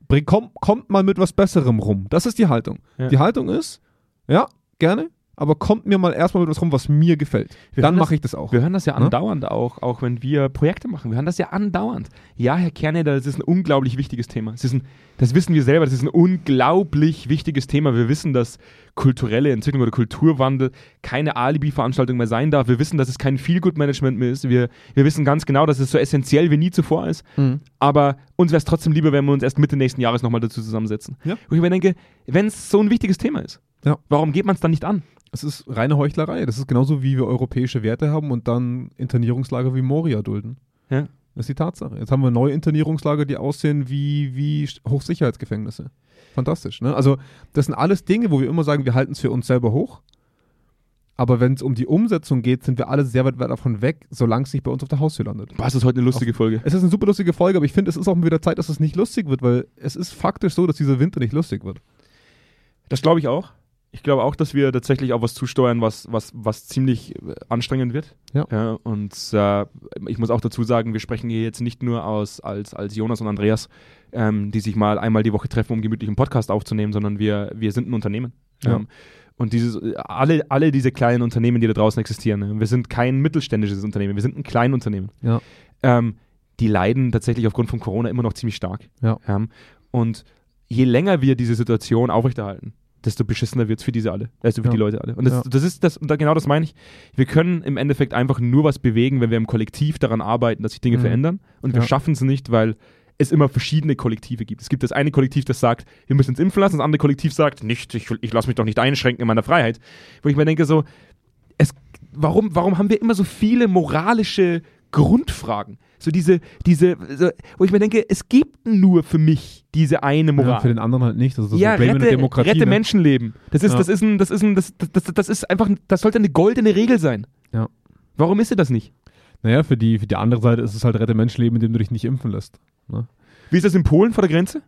S2: Bring, komm, kommt mal mit was Besserem rum. Das ist die Haltung.
S1: Ja.
S2: Die Haltung ist, Ja, gerne. Aber kommt mir mal erstmal etwas rum, was mir gefällt.
S1: Wir
S2: Dann
S1: hören
S2: mache ich das auch.
S1: Wir hören das ja
S2: Ne?
S1: andauernd auch, auch wenn wir Projekte machen. Wir hören das ja andauernd. Ja, Herr Kerneder, das ist ein unglaublich wichtiges Thema. Es ist ein, das wissen wir selber, das ist ein unglaublich wichtiges Thema. Wir wissen, dass kulturelle Entwicklung oder Kulturwandel keine Alibi-Veranstaltung mehr sein darf. Wir wissen, dass es kein Feel-Good-Management mehr ist. Wir, wir wissen ganz genau, dass es so essentiell wie nie zuvor ist.
S2: Mhm.
S1: Aber uns wäre es trotzdem lieber, wenn wir uns erst Mitte nächsten Jahres nochmal dazu zusammensetzen.
S2: Ja.
S1: Wo ich mir denke, wenn es so ein wichtiges Thema ist,
S2: Ja.
S1: warum geht man es dann nicht an?
S2: Es ist reine Heuchlerei. Das ist genauso, wie wir europäische Werte haben und dann Internierungslager wie Moria dulden.
S1: Ja.
S2: Das ist die Tatsache. Jetzt haben wir neue Internierungslager, die aussehen wie, wie Sch- Hochsicherheitsgefängnisse. Fantastisch. Ne? Also, das sind alles Dinge, wo wir immer sagen, wir halten es für uns selber hoch. Aber wenn es um die Umsetzung geht, sind wir alle sehr weit, weit davon weg, solange es nicht bei uns auf der Haustür landet.
S1: Boah, ist das heute eine lustige Folge.
S2: Es ist eine super lustige Folge, aber ich finde, es ist auch mal wieder Zeit, dass es nicht lustig wird, weil es ist faktisch so, dass dieser Winter nicht lustig wird.
S1: Das glaube ich auch. Ich glaube auch, dass wir tatsächlich auf was zusteuern, was, was, was ziemlich äh, anstrengend wird.
S2: Ja.
S1: und äh, ich muss auch dazu sagen, wir sprechen hier jetzt nicht nur aus, als, als Jonas und Andreas, ähm, die sich mal einmal die Woche treffen, um gemütlich einen Podcast aufzunehmen, sondern wir, wir sind ein Unternehmen.
S2: Ja.
S1: Ähm, und dieses, äh, alle, alle diese kleinen Unternehmen, die da draußen existieren, ne? wir sind kein mittelständisches Unternehmen, wir sind ein Kleinunternehmen.
S2: Ja.
S1: Ähm, die leiden tatsächlich aufgrund von Corona immer noch ziemlich stark.
S2: Ja.
S1: Ähm, und je länger wir diese Situation aufrechterhalten, desto beschissener wird es für diese alle, also für
S2: Ja.
S1: die Leute alle. Und das,
S2: Ja.
S1: das ist das, und da, genau das meine ich. Wir können im Endeffekt einfach nur was bewegen, wenn wir im Kollektiv daran arbeiten, dass sich Dinge
S2: Mhm.
S1: verändern. Und wir
S2: Ja.
S1: schaffen es nicht, weil es immer verschiedene Kollektive gibt. Es gibt das eine Kollektiv, das sagt, wir müssen uns impfen lassen, das andere Kollektiv sagt, nicht, ich, will- ich lasse mich doch nicht einschränken in meiner Freiheit. Wo ich mir denke, so, es, warum, warum haben wir immer so viele moralische Grundfragen? So diese, diese, so, wo ich mir denke, es gibt nur für mich diese eine Moral.
S2: Ja, für den anderen halt nicht. Das ist so
S1: Ja,
S2: Blame in der
S1: rette,
S2: Demokratie,
S1: rette
S2: ne?
S1: Menschenleben. Das ist,
S2: Ja.
S1: das ist ein, das ist ein, das, das, das, das ist einfach, ein- das sollte eine goldene Regel sein.
S2: Ja.
S1: Warum ist sie das nicht?
S2: Naja, für die, für die andere Seite ist es halt rette Menschenleben, indem du dich nicht impfen lässt.
S1: Wie ist das in Polen vor der Grenze?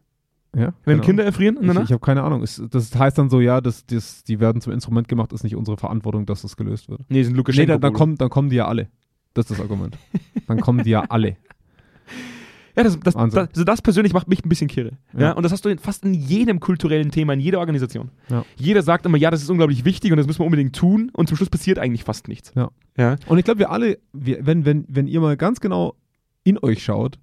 S2: Ja,
S1: Wenn
S2: genau.
S1: Kinder erfrieren in der
S2: Ich,
S1: Nacht?
S2: ich habe keine Ahnung. Es, das heißt dann so, ja, das, das, die werden zum Instrument gemacht, ist nicht unsere Verantwortung, dass das gelöst wird.
S1: nee, sind
S2: Nee, dann,
S1: Lukaschenko.
S2: dann, kommen, dann kommen die ja alle. Das ist das Argument. Dann kommen die ja alle.
S1: ja, das, das, das,
S2: Wahnsinn.
S1: also das persönlich macht mich ein bisschen kirre. Ja.
S2: Ja.
S1: Und das hast du in, fast in jedem kulturellen Thema, in jeder Organisation.
S2: Ja.
S1: Jeder sagt immer, ja, das ist unglaublich wichtig und das müssen wir unbedingt tun und zum Schluss passiert eigentlich fast nichts.
S2: Ja.
S1: ja.
S2: Und ich glaube, wir alle, wir, wenn, wenn, wenn ihr mal ganz genau in euch schaut,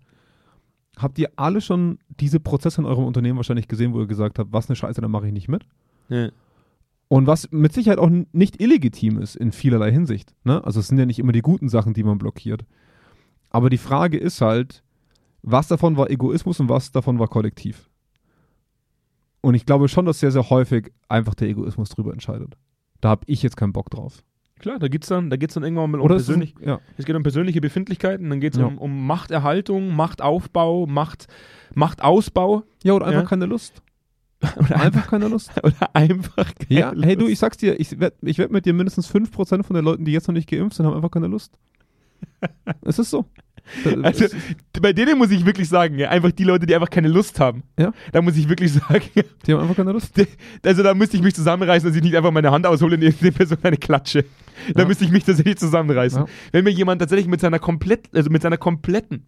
S2: habt ihr alle schon diese Prozesse in eurem Unternehmen wahrscheinlich gesehen, wo ihr gesagt habt, was eine Scheiße, da mache ich nicht mit.
S1: ja.
S2: Und was mit Sicherheit auch n- nicht illegitim ist in vielerlei Hinsicht. Ne? Also es sind ja nicht immer die guten Sachen, die man blockiert. Aber die Frage ist halt, was davon war Egoismus und was davon war kollektiv? Und ich glaube schon, dass sehr, sehr häufig einfach der Egoismus drüber entscheidet. Da habe ich jetzt keinen Bock drauf.
S1: Klar, da geht es dann, da geht's dann irgendwann mal um
S2: es ist-
S1: persönlich.
S2: Ja,
S1: Es geht um persönliche Befindlichkeiten, dann geht es
S2: Ja.
S1: um, um Machterhaltung, Machtaufbau, Macht, Machtausbau
S2: ja oder einfach
S1: Ja.
S2: keine Lust. Oder einfach keine Lust.
S1: oder einfach. keine
S2: Ja, hey du,
S1: Lust.
S2: ich sag's dir, ich wette ich wett mit dir, mindestens 5% von den Leuten, die jetzt noch nicht geimpft sind, haben einfach keine Lust. es ist so.
S1: Also, bei denen muss ich wirklich sagen, ja, einfach die Leute, die einfach keine Lust haben.
S2: Ja.
S1: Da muss ich wirklich sagen,
S2: die haben einfach keine Lust.
S1: also da müsste ich mich zusammenreißen, dass ich nicht einfach meine Hand aushole und der Person eine klatsche. Da
S2: Ja.
S1: müsste ich mich tatsächlich zusammenreißen.
S2: Ja.
S1: Wenn mir jemand tatsächlich mit seiner komplett, also mit seiner kompletten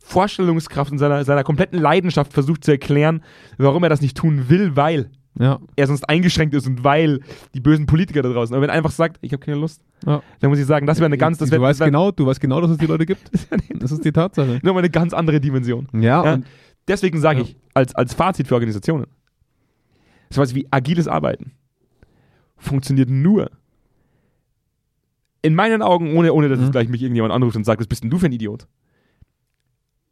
S1: Vorstellungskraft und seiner, seiner kompletten Leidenschaft versucht zu erklären, warum er das nicht tun will, weil
S2: Ja,
S1: er sonst eingeschränkt ist und weil die bösen Politiker da draußen. Aber wenn er einfach sagt, ich habe keine Lust,
S2: Ja.
S1: dann muss ich sagen, das wäre eine ganz, das
S2: du,
S1: wäre das
S2: weißt
S1: wär
S2: genau, du weißt genau, dass es die Leute gibt. Das ist die Tatsache.
S1: nochmal eine ganz andere Dimension.
S2: Ja,
S1: Ja.
S2: Und,
S1: Deswegen sage
S2: Ja.
S1: ich als, als Fazit für Organisationen, sowas wie agiles Arbeiten funktioniert nur in meinen Augen, ohne, ohne dass
S2: Mhm.
S1: es gleich mich irgendjemand anruft und sagt, was bist denn du für ein Idiot?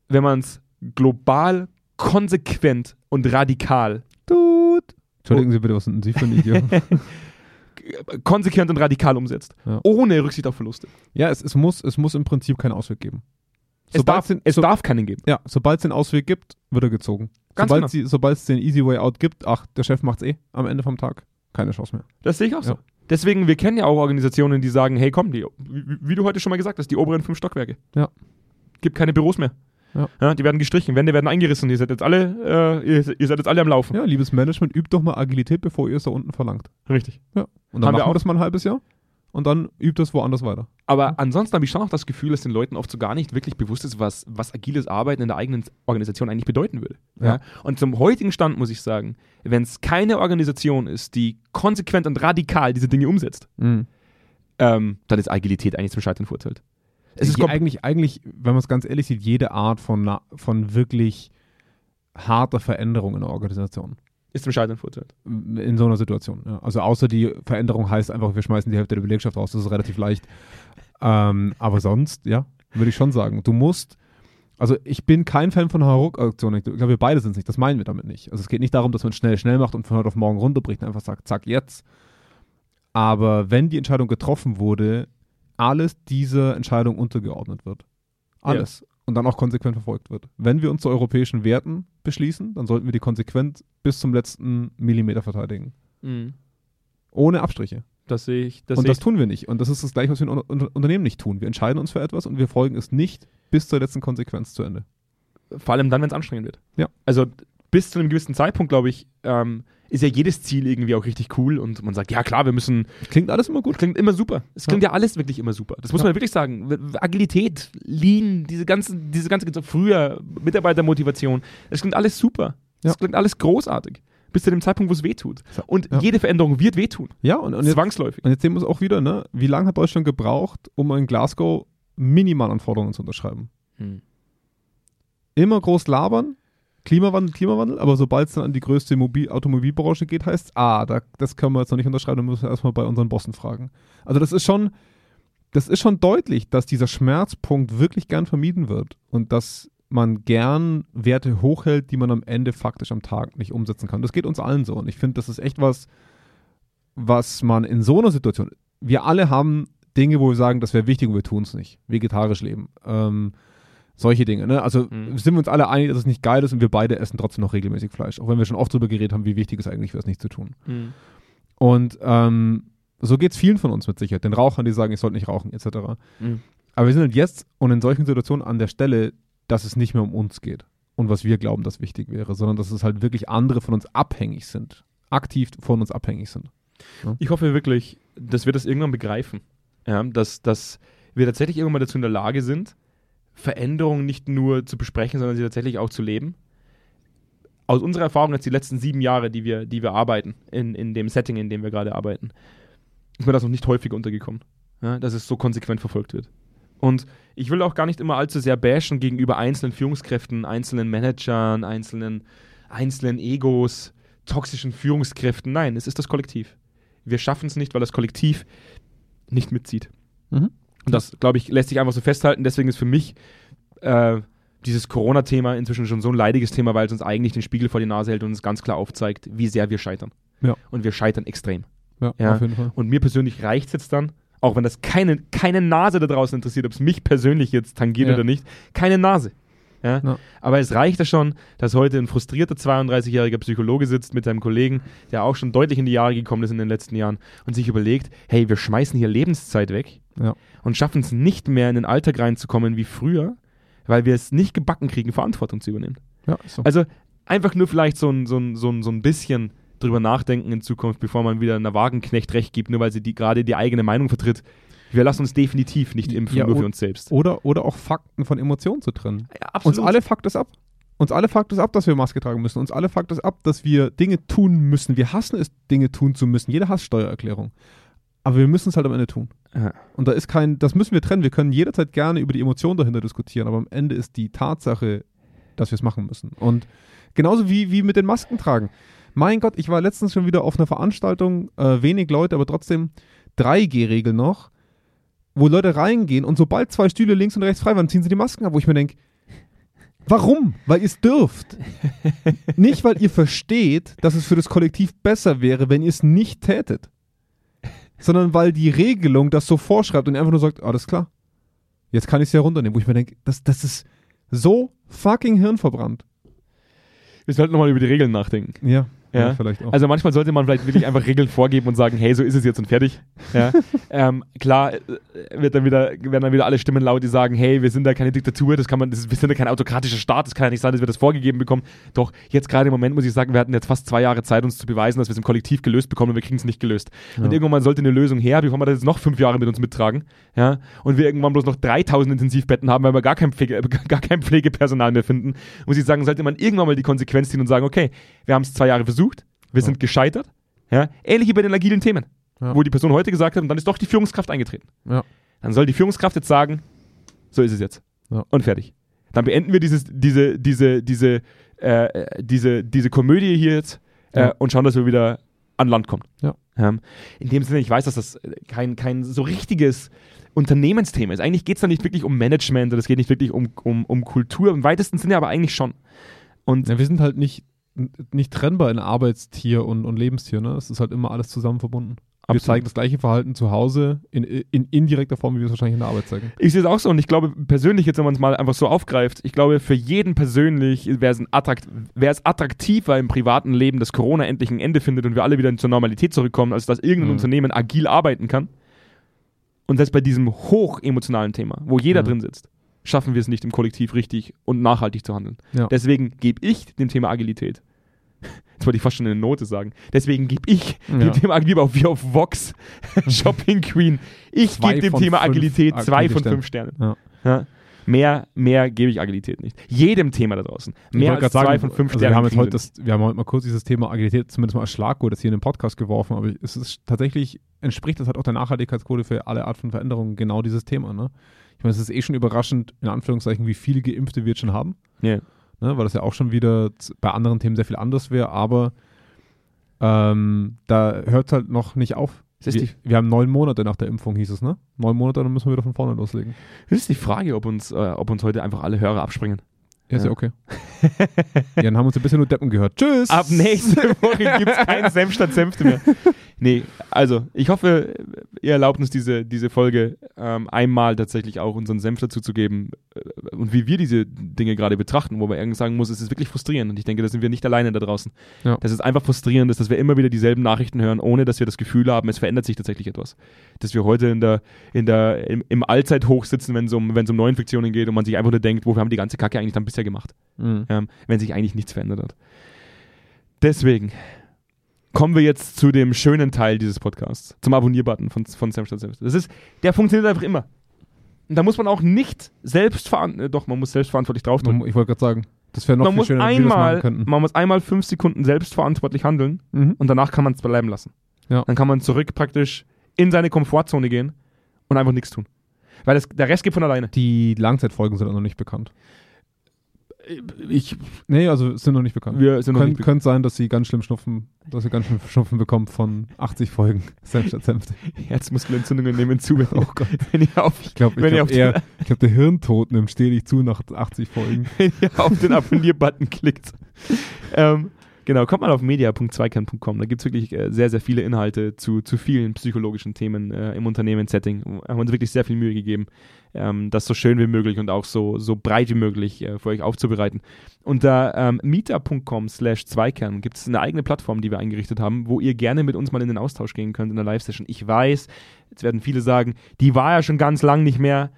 S1: Wenn man es global, konsequent und radikal,
S2: tut. Oh. Entschuldigen Sie bitte, was sind denn Sie für ein Idiot?
S1: äh, konsequent und radikal umsetzt,
S2: Ja.
S1: ohne Rücksicht auf Verluste.
S2: ja, es, es, muss, es muss im Prinzip keinen Ausweg geben.
S1: Es, darf,
S2: den,
S1: es
S2: so,
S1: darf keinen geben.
S2: ja, sobald es den Ausweg gibt, wird er gezogen.
S1: Ganz
S2: sobald
S1: genau.
S2: sie, sobald es den Easy Way Out gibt, ach, der Chef macht's eh am Ende vom Tag. Keine Chance mehr.
S1: Das sehe ich auch so.
S2: Ja.
S1: Deswegen, wir kennen ja auch Organisationen, die sagen, hey komm, die, wie, wie du heute schon mal gesagt hast, die oberen fünf Stockwerke.
S2: Ja.
S1: Gibt keine Büros mehr.
S2: Ja.
S1: die werden gestrichen, Wände werden eingerissen, ihr seid jetzt alle, äh, ihr, ihr seid jetzt alle am Laufen.
S2: Ja, liebes Management, übt doch mal Agilität, bevor ihr es da unten verlangt.
S1: Richtig. Haben
S2: Und dann
S1: wir
S2: machen wir
S1: auch.
S2: das mal ein halbes Jahr. und dann übt das woanders weiter.
S1: Aber ansonsten habe ich schon auch das Gefühl, dass den Leuten oft so gar nicht wirklich bewusst ist, was, was agiles Arbeiten in der eigenen Organisation eigentlich bedeuten würde. Ja.
S2: Ja.
S1: Und zum heutigen Stand muss ich sagen, wenn es keine Organisation ist, die konsequent und radikal diese Dinge umsetzt,
S2: Mhm.
S1: ähm, dann ist Agilität eigentlich zum Scheitern verurteilt. Es ist
S2: Je-
S1: kom-
S2: eigentlich, eigentlich, wenn man es ganz ehrlich sieht, jede Art von, na- von wirklich harter Veränderung in der Organisation.
S1: ist zum Scheitern verurteilt.
S2: In so einer Situation. Ja. Also außer die Veränderung heißt einfach, wir schmeißen die Hälfte der Belegschaft raus, das ist relativ leicht. ähm, aber sonst, ja, würde ich schon sagen, du musst, also ich bin kein Fan von Hauruck-Aktionen. Ich glaube, wir beide sind es nicht, das meinen wir damit nicht. Also es geht nicht darum, dass man schnell, schnell macht und von heute auf morgen runterbricht und einfach sagt, zack, jetzt. Aber wenn die Entscheidung getroffen wurde, alles dieser Entscheidung untergeordnet wird. Alles. Und dann auch konsequent verfolgt wird. Wenn wir uns zu europäischen Werten beschließen, dann sollten wir die konsequent bis zum letzten Millimeter verteidigen. Ohne Abstriche.
S1: Das sehe ich. Das
S2: und
S1: sehe
S2: das
S1: ich.
S2: tun wir nicht. Und das ist das Gleiche, was wir in Unter- Unter Unternehmen nicht tun. Wir entscheiden uns für etwas und wir folgen es nicht bis zur letzten Konsequenz zu Ende.
S1: Vor allem dann, wenn es anstrengend wird.
S2: Ja.
S1: Also bis zu einem gewissen Zeitpunkt, glaube ich, ähm, ist ja jedes Ziel irgendwie auch richtig cool und man sagt, ja klar, wir müssen
S2: Klingt alles immer gut.
S1: Klingt immer super. Es klingt ja, alles wirklich immer super. Das muss
S2: Ja.
S1: man wirklich sagen. W- w- Agilität, Lean, diese ganzen, diese ganze früher Mitarbeitermotivation. Es klingt alles super.
S2: Ja.
S1: Es klingt alles großartig. Bis zu dem Zeitpunkt, wo es wehtut.
S2: Ja.
S1: Und
S2: Ja.
S1: jede Veränderung wird wehtun.
S2: Ja, und, und jetzt
S1: Zwangsläufig.
S2: Und jetzt sehen wir es auch wieder, ne? Wie lange hat Deutschland gebraucht, um in Glasgow Minimalanforderungen zu unterschreiben?
S1: Hm.
S2: Immer groß labern, Klimawandel, Klimawandel, aber sobald es dann an die größte Mobil Automobilbranche geht, heißt es, ah, da, das können wir jetzt noch nicht unterschreiben, dann müssen wir erstmal bei unseren Bossen fragen. Also das ist schon, das ist schon deutlich, dass dieser Schmerzpunkt wirklich gern vermieden wird und dass man gern Werte hochhält, die man am Ende faktisch am Tag nicht umsetzen kann. Das geht uns allen so. Und ich finde, das ist echt was, was man in so einer Situation, wir alle haben Dinge, wo wir sagen, das wäre wichtig und wir tun es nicht. Vegetarisch leben. Ähm, solche Dinge. Ne? Also
S1: Mhm.
S2: sind wir uns alle einig, dass es nicht geil ist und wir beide essen trotzdem noch regelmäßig Fleisch. Auch wenn wir schon oft darüber geredet haben, wie wichtig es eigentlich wäre, es nicht zu tun.
S1: Hm.
S2: Und ähm, so geht es vielen von uns mit Sicherheit. Den Rauchern, die sagen, ich sollte nicht rauchen, etc.
S1: Mhm.
S2: Aber wir sind halt jetzt und in solchen Situationen an der Stelle, dass es nicht mehr um uns geht und was wir glauben, das wichtig wäre, sondern dass es halt wirklich andere von uns abhängig sind. Aktiv von uns abhängig sind.
S1: Ich hoffe wirklich, dass wir das irgendwann begreifen. Ja, dass, dass wir tatsächlich irgendwann mal dazu in der Lage sind, Veränderungen nicht nur zu besprechen, sondern sie tatsächlich auch zu leben. Aus unserer Erfahrung jetzt die letzten sieben Jahre, die wir, die wir arbeiten, in, in dem Setting, in dem wir gerade arbeiten, ist mir das noch nicht häufig untergekommen, ja, dass es so konsequent verfolgt wird. Und ich will auch gar nicht immer allzu sehr bashen gegenüber einzelnen Führungskräften, einzelnen Managern, einzelnen, einzelnen Egos, toxischen Führungskräften. Nein, es ist das Kollektiv wir schaffen es nicht, weil das Kollektiv nicht mitzieht.
S2: Mhm.
S1: Und das, glaube ich, lässt sich einfach so festhalten. Deswegen ist für mich äh, dieses Corona-Thema inzwischen schon so ein leidiges Thema, weil es uns eigentlich den Spiegel vor die Nase hält und uns ganz klar aufzeigt, wie sehr wir scheitern.
S2: Ja.
S1: Und wir scheitern extrem. Ja.
S2: ja. auf jeden Fall.
S1: Und mir persönlich reicht es jetzt dann, auch wenn das keine, keine Nase da draußen interessiert, ob es mich persönlich jetzt tangiert
S2: Ja.
S1: oder nicht, keine Nase. Ja?
S2: Ja.
S1: Aber es reicht ja schon, dass heute ein frustrierter 32-jähriger Psychologe sitzt mit seinem Kollegen, der auch schon deutlich in die Jahre gekommen ist in den letzten Jahren und sich überlegt, hey, wir schmeißen hier Lebenszeit weg
S2: Ja.
S1: und schaffen es nicht mehr in den Alltag reinzukommen wie früher, weil wir es nicht gebacken kriegen, Verantwortung zu übernehmen.
S2: Ja, ist so.
S1: Also einfach nur vielleicht so ein, so ein, so ein, so ein bisschen drüber nachdenken in Zukunft, bevor man wieder einer Wagenknecht recht gibt, nur weil sie die, gerade die eigene Meinung vertritt. Wir lassen uns definitiv nicht impfen,
S2: Ja,
S1: nur für
S2: und-
S1: uns selbst.
S2: oder, oder auch Fakten von Emotionen zu trennen.
S1: Ja,
S2: Uns alle fuckt es ab. Uns alle fuckt es ab, dass wir Maske tragen müssen. Uns alle fuckt es ab, dass wir Dinge tun müssen. Wir hassen es, Dinge tun zu müssen. Jeder hasst Steuererklärung. Aber wir müssen es halt am Ende tun.
S1: Ja.
S2: Und da ist kein, das müssen wir trennen. Wir können jederzeit gerne über die Emotionen dahinter diskutieren, aber am Ende ist die Tatsache, dass wir es machen müssen. Und genauso wie, wie mit den Masken tragen. Mein Gott, ich war letztens schon wieder auf einer Veranstaltung, äh, wenig Leute, aber trotzdem 3G-Regel noch, wo Leute reingehen und sobald zwei Stühle links und rechts frei waren, ziehen sie die Masken ab, wo ich mir denke, warum? Weil ihr es dürft. nicht, weil ihr versteht, dass es für das Kollektiv besser wäre, wenn ihr es nicht tätet sondern weil die Regelung das so vorschreibt und ihr einfach nur sagt, alles klar, jetzt kann ich es ja runternehmen. Wo ich mir denke, das, das ist so fucking hirnverbrannt.
S1: Wir sollten nochmal über die Regeln nachdenken.
S2: Ja.
S1: Ja.
S2: vielleicht auch.
S1: Also manchmal sollte man vielleicht wirklich einfach Regeln vorgeben und sagen, hey, so ist es jetzt und fertig. Ja. ähm, klar äh, wird dann wieder, werden dann wieder alle Stimmen laut, die sagen, hey, wir sind da keine Diktatur, das kann man, das, ist- wir sind da kein autokratischer Staat, das kann ja nicht sein, dass wir das vorgegeben bekommen. Doch jetzt gerade im Moment muss ich sagen, wir hatten jetzt fast zwei Jahre Zeit, uns zu beweisen, dass wir es im Kollektiv gelöst bekommen und wir kriegen es nicht gelöst. Und irgendwann sollte eine Lösung her, bevor wir das jetzt noch fünf Jahre mit uns mittragen. Ja. Und wir irgendwann bloß noch 3000 Intensivbetten haben, weil wir gar kein, Pflege, gar kein Pflegepersonal mehr finden. Muss ich sagen, sollte man irgendwann mal die Konsequenz ziehen und sagen, okay, wir haben es zwei Jahre versucht, wir sind gescheitert. Ja? Ähnlich wie bei den agilen Themen,
S2: Ja.
S1: wo die Person heute gesagt hat, und dann ist doch die Führungskraft eingetreten.
S2: Ja.
S1: Dann soll die Führungskraft jetzt sagen, so ist es jetzt.
S2: Ja.
S1: Und fertig. Dann beenden wir dieses, diese, diese, diese, äh, äh, diese, diese Komödie hier jetzt äh,
S2: Ja.
S1: und schauen, dass wir wieder an Land kommen.
S2: Ja.
S1: Ähm, in dem Sinne, ich weiß, dass das äh, kein, kein so richtiges Unternehmensthema ist. Eigentlich geht es da nicht wirklich um Management und es geht nicht wirklich um, um, um Kultur, im weitesten Sinne aber eigentlich schon. Und
S2: Ja, wir sind halt nicht, n- nicht trennbar in Arbeitstier und, und Lebenstier. Ne? Es ist halt immer alles zusammen verbunden. Wir
S1: Absolut.
S2: zeigen das gleiche Verhalten zu Hause in, in indirekter Form, wie wir es wahrscheinlich in der Arbeit zeigen.
S1: Ich sehe es auch so und ich glaube persönlich, jetzt wenn man es mal einfach so aufgreift, ich glaube für jeden persönlich wäre es, ein attrakt wäre es attraktiver im privaten Leben, dass Corona endlich ein Ende findet und wir alle wieder zur Normalität zurückkommen, als dass irgendein
S2: Mhm.
S1: Unternehmen agil arbeiten kann. Und selbst bei diesem hochemotionalen Thema, wo jeder
S2: Mhm.
S1: drin sitzt, schaffen wir es nicht im Kollektiv richtig und nachhaltig zu handeln.
S2: Ja.
S1: Deswegen gebe ich dem Thema Agilität. Jetzt wollte ich fast schon eine Note sagen. Deswegen gebe ich
S2: Ja.
S1: dem Thema Agilität auf wie auf Vox Shopping Queen. Ich
S2: Zwei
S1: gebe dem
S2: von
S1: Thema
S2: fünf
S1: Agilität zwei von
S2: Agilität.
S1: fünf Sternen.
S2: Ja.
S1: Ja. Mehr, mehr gebe ich Agilität nicht. Jedem Thema da draußen.
S2: Ich
S1: Mehr
S2: wollte
S1: als
S2: gerade
S1: zwei
S2: sagen,
S1: von fünf
S2: also
S1: Sternen.
S2: Wir haben, jetzt
S1: kriegen
S2: heute
S1: sie
S2: das, wir haben heute mal kurz dieses Thema Agilität zumindest mal als Schlagwort das hier in den Podcast geworfen, aber es ist tatsächlich, entspricht das halt auch der Nachhaltigkeitsquote für alle Art von Veränderungen genau dieses Thema. Ne? Ich meine, es ist eh schon überraschend, in Anführungszeichen, wie viele Geimpfte wir jetzt schon haben,
S1: nicht.
S2: ne? weil das ja auch schon wieder z- bei anderen Themen sehr viel anders wäre, aber ähm, da hört es halt noch nicht auf.
S1: Das ist
S2: Wir, wir haben neun Monate nach der Impfung, hieß es, ne? Neun Monate, dann müssen wir wieder von vorne loslegen.
S1: ja. Das ist die Frage, ob uns, äh, ob uns heute einfach alle Hörer abspringen.
S2: Ja, ist
S1: Ja.
S2: ja okay. ja, dann haben uns ein bisschen nur Deppen gehört. Tschüss!
S1: Ab nächste Woche gibt es keinen Senf statt Senfte mehr. Nee, also ich hoffe, ihr erlaubt uns diese, diese Folge ähm, einmal tatsächlich auch unseren Senf dazu zu geben äh, und wie wir diese Dinge gerade betrachten, wo man irgendwie sagen muss, es ist wirklich frustrierend und ich denke, da sind wir nicht alleine da draußen.
S2: Ja.
S1: Dass es einfach frustrierend ist, dass wir immer wieder dieselben Nachrichten hören, ohne dass wir das Gefühl haben, es verändert sich tatsächlich etwas. Dass wir heute in der, in der, im, im Allzeithoch sitzen, wenn es um, wenn's um Neuinfektionen geht und man sich einfach nur denkt, wofür haben die ganze Kacke eigentlich dann bisher gemacht?
S2: Mhm.
S1: ähm, wenn sich eigentlich nichts verändert hat. Deswegen kommen wir jetzt zu dem schönen Teil dieses Podcasts, zum Abonnierbutton von, von Sam statt Senf. Das ist, der funktioniert einfach immer. Und da muss man auch nicht selbst verantwortlich, äh, doch, man muss selbstverantwortlich draufdrücken.
S2: Man, ich wollte gerade sagen, das wäre noch
S1: Man
S2: viel
S1: muss,
S2: schöner, wenn wir das machen
S1: einmal,
S2: könnten.
S1: man muss einmal fünf Sekunden selbstverantwortlich handeln
S2: Mhm.
S1: und danach kann man es bleiben lassen.
S2: Ja.
S1: Dann kann man zurück praktisch in seine Komfortzone gehen und einfach nichts tun. Weil das, der Rest geht von alleine.
S2: Die Langzeitfolgen sind auch noch nicht bekannt.
S1: Ich,
S2: Nee, also sind noch nicht bekannt.
S1: wir sind noch
S2: Könnt-
S1: nicht
S2: Könnte sein, dass sie ganz schlimm schnupfen, dass sie ganz schlimm schnupfen bekommt von 80 Folgen Senf statt Senf.
S1: Herzmuskelentzündungen nehmen zu, wenn,
S2: Oh Gott.
S1: wenn ihr auf
S2: Ich glaube, ich
S1: Wenn ihr
S2: glaub
S1: auf die-
S2: eher, ich glaub, der Hirntod nimmt stetig zu nach 80 Folgen.
S1: wenn ihr auf den Abonnier-Button klickt. Ähm, genau, kommt mal auf media.zweikern.com. Da gibt es wirklich äh, sehr, sehr viele Inhalte zu, zu vielen psychologischen Themen äh, im Unternehmenssetting. Haben uns wirklich sehr viel Mühe gegeben, ähm, das so schön wie möglich und auch so, so breit wie möglich äh, für euch aufzubereiten. Unter ähm, meetup.com slash zweikern gibt es eine eigene Plattform, die wir eingerichtet haben, wo ihr gerne mit uns mal in den Austausch gehen könnt in der Live-Session. Ich weiß, jetzt werden viele sagen, die war ja schon ganz lang nicht mehr.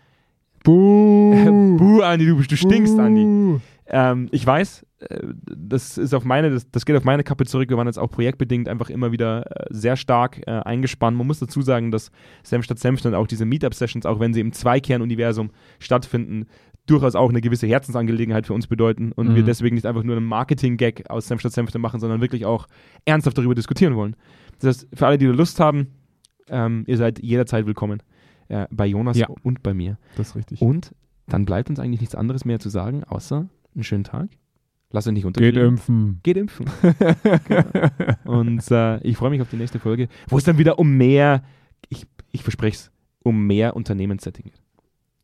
S2: Buh!
S1: Buh, Andi, du, bist- du stinkst, Andi.
S2: Buh.
S1: Ähm, ich weiß, äh, das ist auf meine, das, das geht auf meine Kappe zurück. Wir waren jetzt auch projektbedingt einfach immer wieder äh, sehr stark äh, eingespannt. Man muss dazu sagen, dass Senf statt Senf und auch diese Meetup-Sessions, auch wenn sie im Zweikern-Universum stattfinden, durchaus auch eine gewisse Herzensangelegenheit für uns bedeuten und
S2: Mhm.
S1: wir deswegen nicht einfach nur einen Marketing-Gag aus Senf statt Senf machen, sondern wirklich auch ernsthaft darüber diskutieren wollen. Das heißt, für alle, die da Lust haben, ähm, ihr seid jederzeit willkommen. Äh, bei Jonas
S2: Ja.
S1: und bei mir.
S2: Das ist richtig.
S1: Und dann bleibt uns eigentlich nichts anderes mehr zu sagen, außer einen schönen Tag. Lass euch nicht
S2: Geht
S1: unterkriegen.
S2: impfen.
S1: Geht impfen. Und äh, ich freue mich auf die nächste Folge, wo es dann wieder um mehr, ich, ich verspreche es, um mehr Unternehmenssetting geht.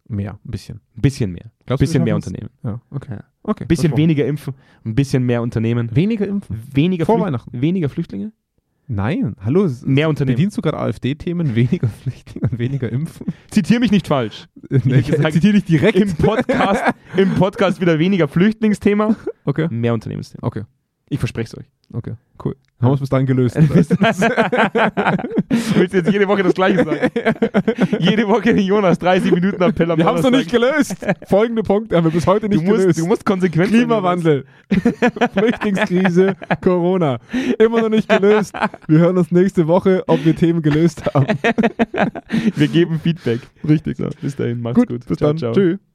S2: Mehr, ein bisschen.
S1: Ein bisschen mehr. Ein
S2: Glaubst du, wir
S1: bisschen mehr
S2: schaffen
S1: Unternehmen.
S2: es? Ja, okay.
S1: Ja.
S2: okay.
S1: Ein bisschen
S2: versprochen.
S1: weniger impfen, ein bisschen mehr Unternehmen.
S2: Weniger impfen?
S1: Weniger,
S2: Vor
S1: Flücht-
S2: Weihnachten.
S1: weniger Flüchtlinge,
S2: Nein. Hallo, es-
S1: mehr Unternehmen.
S2: bedienst du gerade AfD-Themen? Weniger Flüchtlinge und weniger impfen?
S1: Zitiere mich nicht falsch.
S2: Nee,
S1: hätte gesagt,
S2: zitiere dich direkt.
S1: Im Podcast, Im Podcast wieder weniger Flüchtlingsthema,
S2: Okay.
S1: mehr Unternehmensthema.
S2: Okay.
S1: Ich Ich verspreche es euch.
S2: Okay.
S1: Cool.
S2: Haben wir es bis dahin gelöst.
S1: Willst du jetzt jede Woche das Gleiche sagen? jede Woche Jonas, 30 Minuten Appell am
S2: wir haben es noch nicht
S1: Donnerstag.
S2: gelöst. Folgende Punkte haben wir bis heute
S1: Du
S2: nicht
S1: musst,
S2: gelöst.
S1: du musst konsequent sein,
S2: Klimawandel, Flüchtlingskrise, Corona. Immer noch nicht gelöst. Wir hören uns nächste Woche, ob wir Themen gelöst haben.
S1: Jonas. Wir geben Feedback. Richtig. So, bis dahin, macht's gut.
S2: bis
S1: Ciao,
S2: dann.
S1: ciao.
S2: Tschüss.